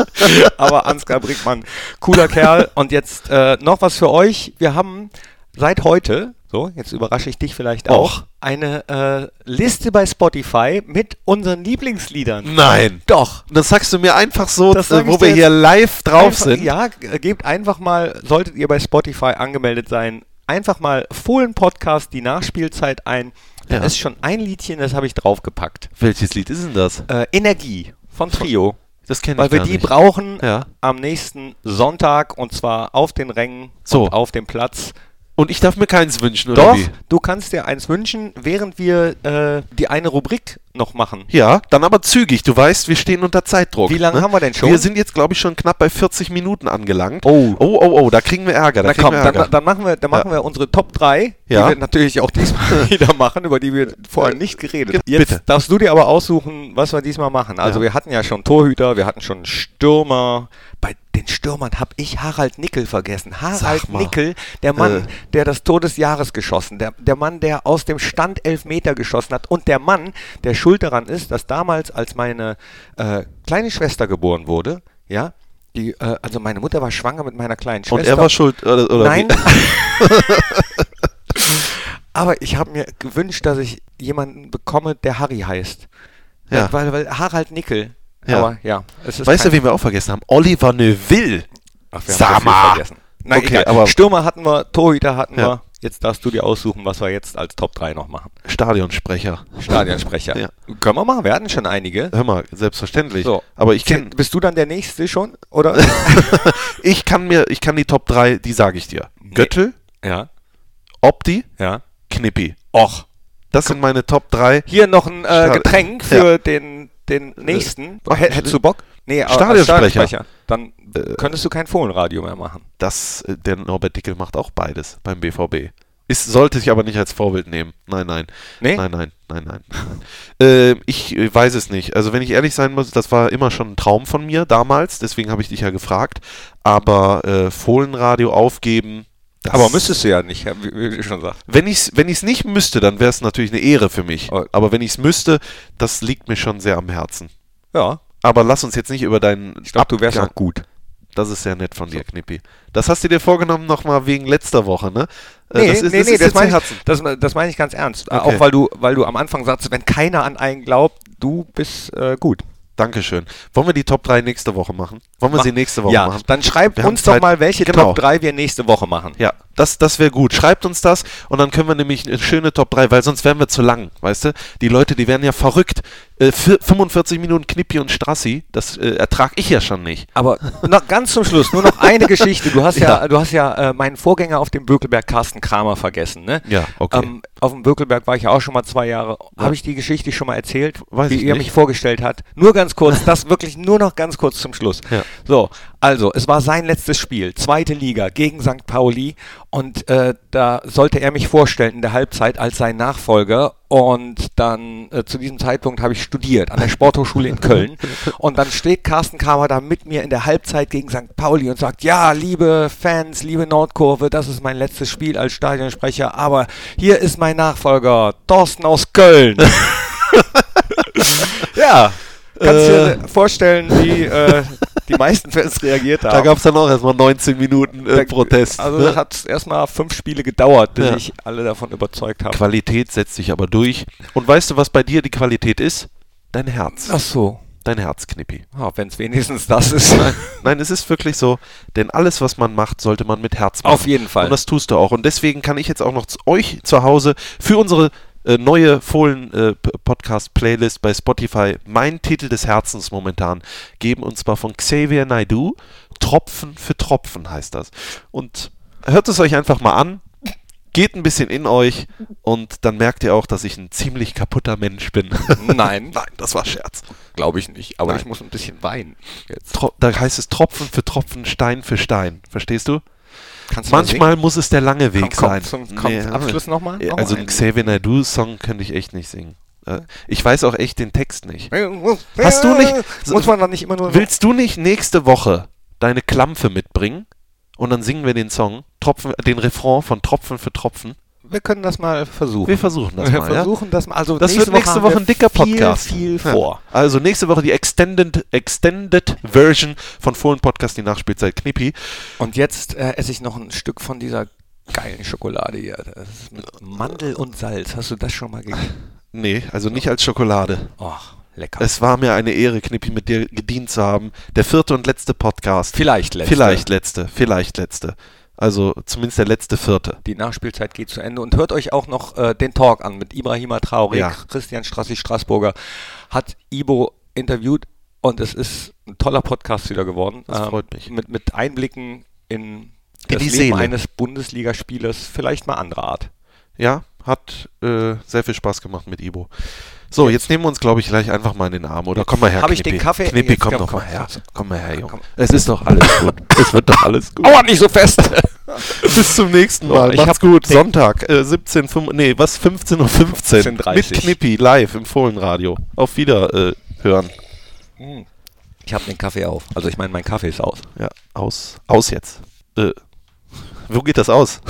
[SPEAKER 2] aber Ansgar Brinkmann, cooler Kerl. Und jetzt äh, noch was für euch. Wir haben seit heute, so jetzt überrasche ich dich vielleicht auch,
[SPEAKER 1] Och.
[SPEAKER 2] eine äh, Liste bei Spotify mit unseren Lieblingsliedern.
[SPEAKER 1] Nein.
[SPEAKER 2] Doch.
[SPEAKER 1] Das sagst du mir einfach so,
[SPEAKER 2] Das sag
[SPEAKER 1] äh, wo
[SPEAKER 2] ich
[SPEAKER 1] wir
[SPEAKER 2] dir
[SPEAKER 1] hier live drauf
[SPEAKER 2] einfach,
[SPEAKER 1] sind.
[SPEAKER 2] Ja, äh, gebt einfach mal, solltet ihr bei Spotify angemeldet sein, einfach mal Fohlen Podcast die Nachspielzeit ein. Da
[SPEAKER 1] Ja.
[SPEAKER 2] ist schon ein Liedchen, das habe ich draufgepackt.
[SPEAKER 1] Welches Lied ist denn das?
[SPEAKER 2] Äh, Energie von Trio,
[SPEAKER 1] Das kenne ich
[SPEAKER 2] weil wir
[SPEAKER 1] gar
[SPEAKER 2] die
[SPEAKER 1] nicht.
[SPEAKER 2] brauchen
[SPEAKER 1] Ja.
[SPEAKER 2] am nächsten Sonntag und zwar auf den Rängen
[SPEAKER 1] So.
[SPEAKER 2] und auf dem Platz.
[SPEAKER 1] Und ich darf mir keins wünschen, oder
[SPEAKER 2] Doch,
[SPEAKER 1] wie?
[SPEAKER 2] du kannst dir eins wünschen, während wir äh, die eine Rubrik noch machen.
[SPEAKER 1] Ja, dann aber zügig. Du weißt, wir stehen unter Zeitdruck. ne?
[SPEAKER 2] Wie lange haben wir denn schon?
[SPEAKER 1] Wir sind jetzt, glaube ich, schon knapp bei 40 Minuten angelangt.
[SPEAKER 2] Oh.
[SPEAKER 1] oh, oh, oh da kriegen wir Ärger. Da
[SPEAKER 2] Na
[SPEAKER 1] kriegen
[SPEAKER 2] komm,
[SPEAKER 1] wir
[SPEAKER 2] dann,
[SPEAKER 1] Ärger.
[SPEAKER 2] dann machen, wir, dann machen wir unsere Top 3,
[SPEAKER 1] Ja.
[SPEAKER 2] die wir natürlich auch diesmal wieder machen, über die wir vorher nicht geredet haben. Jetzt
[SPEAKER 1] Bitte.
[SPEAKER 2] darfst du dir aber aussuchen, was wir diesmal machen. Also wir hatten ja schon Torhüter, wir hatten schon Stürmer. Bei den Stürmern habe ich Harald Nickel vergessen. Harald
[SPEAKER 1] Sag mal.
[SPEAKER 2] Nickel, der Mann,
[SPEAKER 1] Äh.
[SPEAKER 2] der das Tor des Jahres geschossen, der, der Mann, der aus dem Stand elf Meter geschossen hat und der Mann, der schuld daran ist, dass damals, als meine äh, kleine Schwester geboren wurde, ja, die, äh, also meine Mutter war schwanger mit meiner kleinen Schwester.
[SPEAKER 1] Und er war schuld, äh, oder, oder
[SPEAKER 2] Nein.
[SPEAKER 1] Wie?
[SPEAKER 2] Aber ich habe mir gewünscht, dass ich jemanden bekomme, der Harry heißt.
[SPEAKER 1] Ja.
[SPEAKER 2] Weil, weil Harald Nickel.
[SPEAKER 1] Ja.
[SPEAKER 2] Aber ja, es ist
[SPEAKER 1] Weißt du,
[SPEAKER 2] kein-
[SPEAKER 1] wen wir auch vergessen haben? Oliver Neuville.
[SPEAKER 2] Ach, wir haben
[SPEAKER 1] Sag
[SPEAKER 2] so viel
[SPEAKER 1] mal.
[SPEAKER 2] vergessen. Nein,
[SPEAKER 1] Okay,
[SPEAKER 2] egal.
[SPEAKER 1] aber-
[SPEAKER 2] Stürmer hatten wir, Torhüter hatten
[SPEAKER 1] Ja.
[SPEAKER 2] wir. Jetzt darfst du dir aussuchen, was wir jetzt als Top 3 noch machen.
[SPEAKER 1] Stadionsprecher.
[SPEAKER 2] Stadionsprecher.
[SPEAKER 1] Ja.
[SPEAKER 2] Können wir machen, wir hatten schon einige.
[SPEAKER 1] Hör mal, selbstverständlich.
[SPEAKER 2] So.
[SPEAKER 1] Aber ich kenne
[SPEAKER 2] Bist du dann der Nächste schon? Oder?
[SPEAKER 1] ich kann mir, ich kann die Top 3, die sage ich dir. Göttel,
[SPEAKER 2] ja,
[SPEAKER 1] Opti,
[SPEAKER 2] ja.
[SPEAKER 1] Knippi.
[SPEAKER 2] Och.
[SPEAKER 1] Das sind meine Top 3.
[SPEAKER 2] Hier noch ein äh,
[SPEAKER 1] Stadion-
[SPEAKER 2] Getränk für den, den nächsten.
[SPEAKER 1] Äh,
[SPEAKER 2] Hätt- Hättest du Bock? Nee, aber als
[SPEAKER 1] Stadionsprecher. Äh.
[SPEAKER 2] Dann könntest du kein Fohlenradio mehr machen.
[SPEAKER 1] Das, äh, der Norbert Dickel macht auch beides beim BVB. Ist, sollte ich aber nicht als Vorbild nehmen. Nein, nein.
[SPEAKER 2] Nee?
[SPEAKER 1] Nein, nein, nein, nein. nein. ähm, ich äh, weiß es nicht. Also wenn ich ehrlich sein muss, das war immer schon ein Traum von mir damals, deswegen habe ich dich ja gefragt. Aber äh, Fohlenradio aufgeben, das
[SPEAKER 2] Aber müsstest du ja nicht, wie, wie du schon sagst.
[SPEAKER 1] Wenn ich es wenn ich's nicht müsste, dann wäre es natürlich eine Ehre für mich.
[SPEAKER 2] Oh.
[SPEAKER 1] Aber wenn ich es müsste, das liegt mir schon sehr am Herzen.
[SPEAKER 2] Ja,
[SPEAKER 1] Aber lass uns jetzt nicht über deinen
[SPEAKER 2] ich glaube, du wärst
[SPEAKER 1] Abgang-
[SPEAKER 2] noch gut.
[SPEAKER 1] Das ist sehr nett von dir, Knippi. Das hast du dir vorgenommen nochmal wegen letzter Woche, ne? Äh,
[SPEAKER 2] Nee, nee, nee, das
[SPEAKER 1] jetzt
[SPEAKER 2] meine
[SPEAKER 1] im
[SPEAKER 2] ich, das, das meine ich ganz ernst. Äh,
[SPEAKER 1] Okay.
[SPEAKER 2] Auch weil du, weil du am Anfang sagst, wenn keiner an einen glaubt, du bist äh, gut.
[SPEAKER 1] Dankeschön. Wollen wir die Top 3 nächste Woche machen? Wollen wir
[SPEAKER 2] Mach-
[SPEAKER 1] sie nächste Woche
[SPEAKER 2] ja,
[SPEAKER 1] machen?
[SPEAKER 2] dann schreibt
[SPEAKER 1] Wir haben
[SPEAKER 2] uns doch
[SPEAKER 1] Zeit.
[SPEAKER 2] mal, welche
[SPEAKER 1] Genau.
[SPEAKER 2] Top 3 wir nächste Woche machen.
[SPEAKER 1] Ja, das, das wäre gut. Schreibt uns das und dann können wir nämlich eine schöne Top 3, weil sonst wären wir zu lang, weißt du? Die Leute, die werden ja verrückt. Äh, vier- 45 Minuten Knippi und Strassi, das äh, ertrag ich ja schon nicht.
[SPEAKER 2] Aber noch ganz zum Schluss, nur noch eine Geschichte. Du hast ja, du hast ja äh, meinen Vorgänger auf dem Bökelberg, Carsten Kramer, vergessen, ne?
[SPEAKER 1] Ja, okay.
[SPEAKER 2] Ähm, auf dem Bökelberg war ich ja auch schon mal zwei Jahre.
[SPEAKER 1] Ja.
[SPEAKER 2] Habe ich die Geschichte schon mal erzählt,
[SPEAKER 1] Weiß ich
[SPEAKER 2] wie er
[SPEAKER 1] nicht.
[SPEAKER 2] mich vorgestellt hat? Nur ganz kurz, das wirklich nur noch ganz kurz zum Schluss.
[SPEAKER 1] Ja.
[SPEAKER 2] So, also, es war sein letztes Spiel, zweite Liga gegen St. Pauli und äh, da sollte er mich vorstellen in der Halbzeit als sein Nachfolger und dann äh, zu diesem Zeitpunkt habe ich studiert an der Sporthochschule in Köln und dann steht Carsten Kramer da mit mir in der Halbzeit gegen St. Pauli und sagt, ja, liebe Fans, liebe Nordkurve, das ist mein letztes Spiel als Stadionsprecher, aber hier ist mein Nachfolger, Thorsten aus Köln. ja, kannst du dir vorstellen, wie äh, die meisten Fans reagiert haben.
[SPEAKER 1] Da gab es dann auch erstmal 19 Minuten äh, Protest.
[SPEAKER 2] Also
[SPEAKER 1] ne?
[SPEAKER 2] das hat erstmal fünf Spiele gedauert, bis
[SPEAKER 1] Ja.
[SPEAKER 2] ich alle davon überzeugt habe.
[SPEAKER 1] Qualität setzt sich aber durch. Und weißt du, was bei dir die Qualität ist? Dein Herz.
[SPEAKER 2] Ach so.
[SPEAKER 1] Dein Herz, Knippi.
[SPEAKER 2] Ja, Wenn es wenigstens das ist.
[SPEAKER 1] Nein, es ist wirklich so, denn alles, was man macht, sollte man mit Herz machen.
[SPEAKER 2] Auf jeden Fall.
[SPEAKER 1] Und das tust du auch. Und deswegen kann ich jetzt auch noch zu euch zu Hause für unsere äh, neue Fohlen-Podcast-Playlist bei Spotify meinen Titel des Herzens momentan geben. Und zwar von Xavier Naidoo. Tropfen für Tropfen heißt das. Und hört es euch einfach mal an. Geht ein bisschen in euch und dann merkt ihr auch, dass ich ein ziemlich kaputter Mensch bin.
[SPEAKER 2] Nein,
[SPEAKER 1] Nein, das war Scherz.
[SPEAKER 2] glaube ich nicht. Aber
[SPEAKER 1] Nein.
[SPEAKER 2] ich muss ein bisschen weinen. Jetzt.
[SPEAKER 1] Tro da heißt es Tropfen für Tropfen, Stein für Stein. Verstehst du?
[SPEAKER 2] Kannst
[SPEAKER 1] Manchmal muss es der lange Weg
[SPEAKER 2] komm,
[SPEAKER 1] sein.
[SPEAKER 2] zum- komm, zum Abschluss noch mal?
[SPEAKER 1] Ja,
[SPEAKER 2] Noch
[SPEAKER 1] also
[SPEAKER 2] mal
[SPEAKER 1] einen
[SPEAKER 2] einen.
[SPEAKER 1] Xavier Naidoo-Song könnte ich echt nicht singen. Äh, Ich weiß auch echt den Text nicht.
[SPEAKER 2] Mal
[SPEAKER 1] Hast du nicht-
[SPEAKER 2] Äh, Muss man dann nicht immer nur.
[SPEAKER 1] Willst du nicht nächste Woche deine Klampfe mitbringen und dann singen wir den Song, Tropfen, äh, den Refrain von Tropfen für Tropfen?
[SPEAKER 2] wir können das mal versuchen.
[SPEAKER 1] Wir versuchen das
[SPEAKER 2] Wir
[SPEAKER 1] mal. ja?
[SPEAKER 2] versuchen das mal. Also
[SPEAKER 1] Das wird nächste
[SPEAKER 2] haben
[SPEAKER 1] Woche
[SPEAKER 2] wir
[SPEAKER 1] ein dicker Podcast.
[SPEAKER 2] Viel, viel
[SPEAKER 1] Ja.
[SPEAKER 2] vor.
[SPEAKER 1] Also nächste Woche die Extended, Extended Version von Fohlen Podcast, die Nachspielzeit Knippi.
[SPEAKER 2] Und jetzt äh, esse ich noch ein Stück von dieser geilen Schokolade hier. Das ist mit Mandel und Salz. Hast du das schon mal gegessen?
[SPEAKER 1] Nee, also nicht als Schokolade.
[SPEAKER 2] Oh, lecker.
[SPEAKER 1] Es war mir eine Ehre, Knippi, mit dir gedient zu haben. Der vierte und letzte Podcast.
[SPEAKER 2] Vielleicht letzte.
[SPEAKER 1] Vielleicht letzte, vielleicht letzte. Also zumindest der letzte vierte.
[SPEAKER 2] Die Nachspielzeit geht zu Ende und hört euch auch noch äh, den Talk an mit Ibrahima Traoré,
[SPEAKER 1] Ja.
[SPEAKER 2] Christian Strassi Straßburger hat Ibo interviewt und es ist ein toller Podcast wieder geworden. Ähm,
[SPEAKER 1] Das freut mich.
[SPEAKER 2] Mit, mit Einblicken in
[SPEAKER 1] In
[SPEAKER 2] das
[SPEAKER 1] die
[SPEAKER 2] Leben
[SPEAKER 1] Seele.
[SPEAKER 2] eines Bundesligaspielers, vielleicht mal anderer Art.
[SPEAKER 1] Ja, hat äh, sehr viel Spaß gemacht mit Ibo. So, jetzt nehmen wir uns, glaube ich, gleich einfach mal in den Arm. Oder komm mal her,
[SPEAKER 2] Hab ich den
[SPEAKER 1] Knippi.
[SPEAKER 2] Kaffee?
[SPEAKER 1] Knippi,
[SPEAKER 2] Jetzt
[SPEAKER 1] komm
[SPEAKER 2] komm,
[SPEAKER 1] doch
[SPEAKER 2] komm.
[SPEAKER 1] mal her. Komm mal her, Junge.
[SPEAKER 2] Komm.
[SPEAKER 1] Es ist doch alles gut. es wird doch alles gut.
[SPEAKER 2] Aua, nicht so fest!
[SPEAKER 1] Bis zum nächsten Mal.
[SPEAKER 2] ich
[SPEAKER 1] Macht's
[SPEAKER 2] hab
[SPEAKER 1] gut.
[SPEAKER 2] den-
[SPEAKER 1] Sonntag, äh, 17, fünf- nee, was? 15.15 Uhr.
[SPEAKER 2] 15:30.
[SPEAKER 1] Mit Knippi live im Fohlenradio. Auf Wiederhören. Äh, hören.
[SPEAKER 2] ich habe den Kaffee auf. Also ich meine, mein Kaffee ist aus.
[SPEAKER 1] ja, aus. Aus jetzt. Äh, wo geht das aus?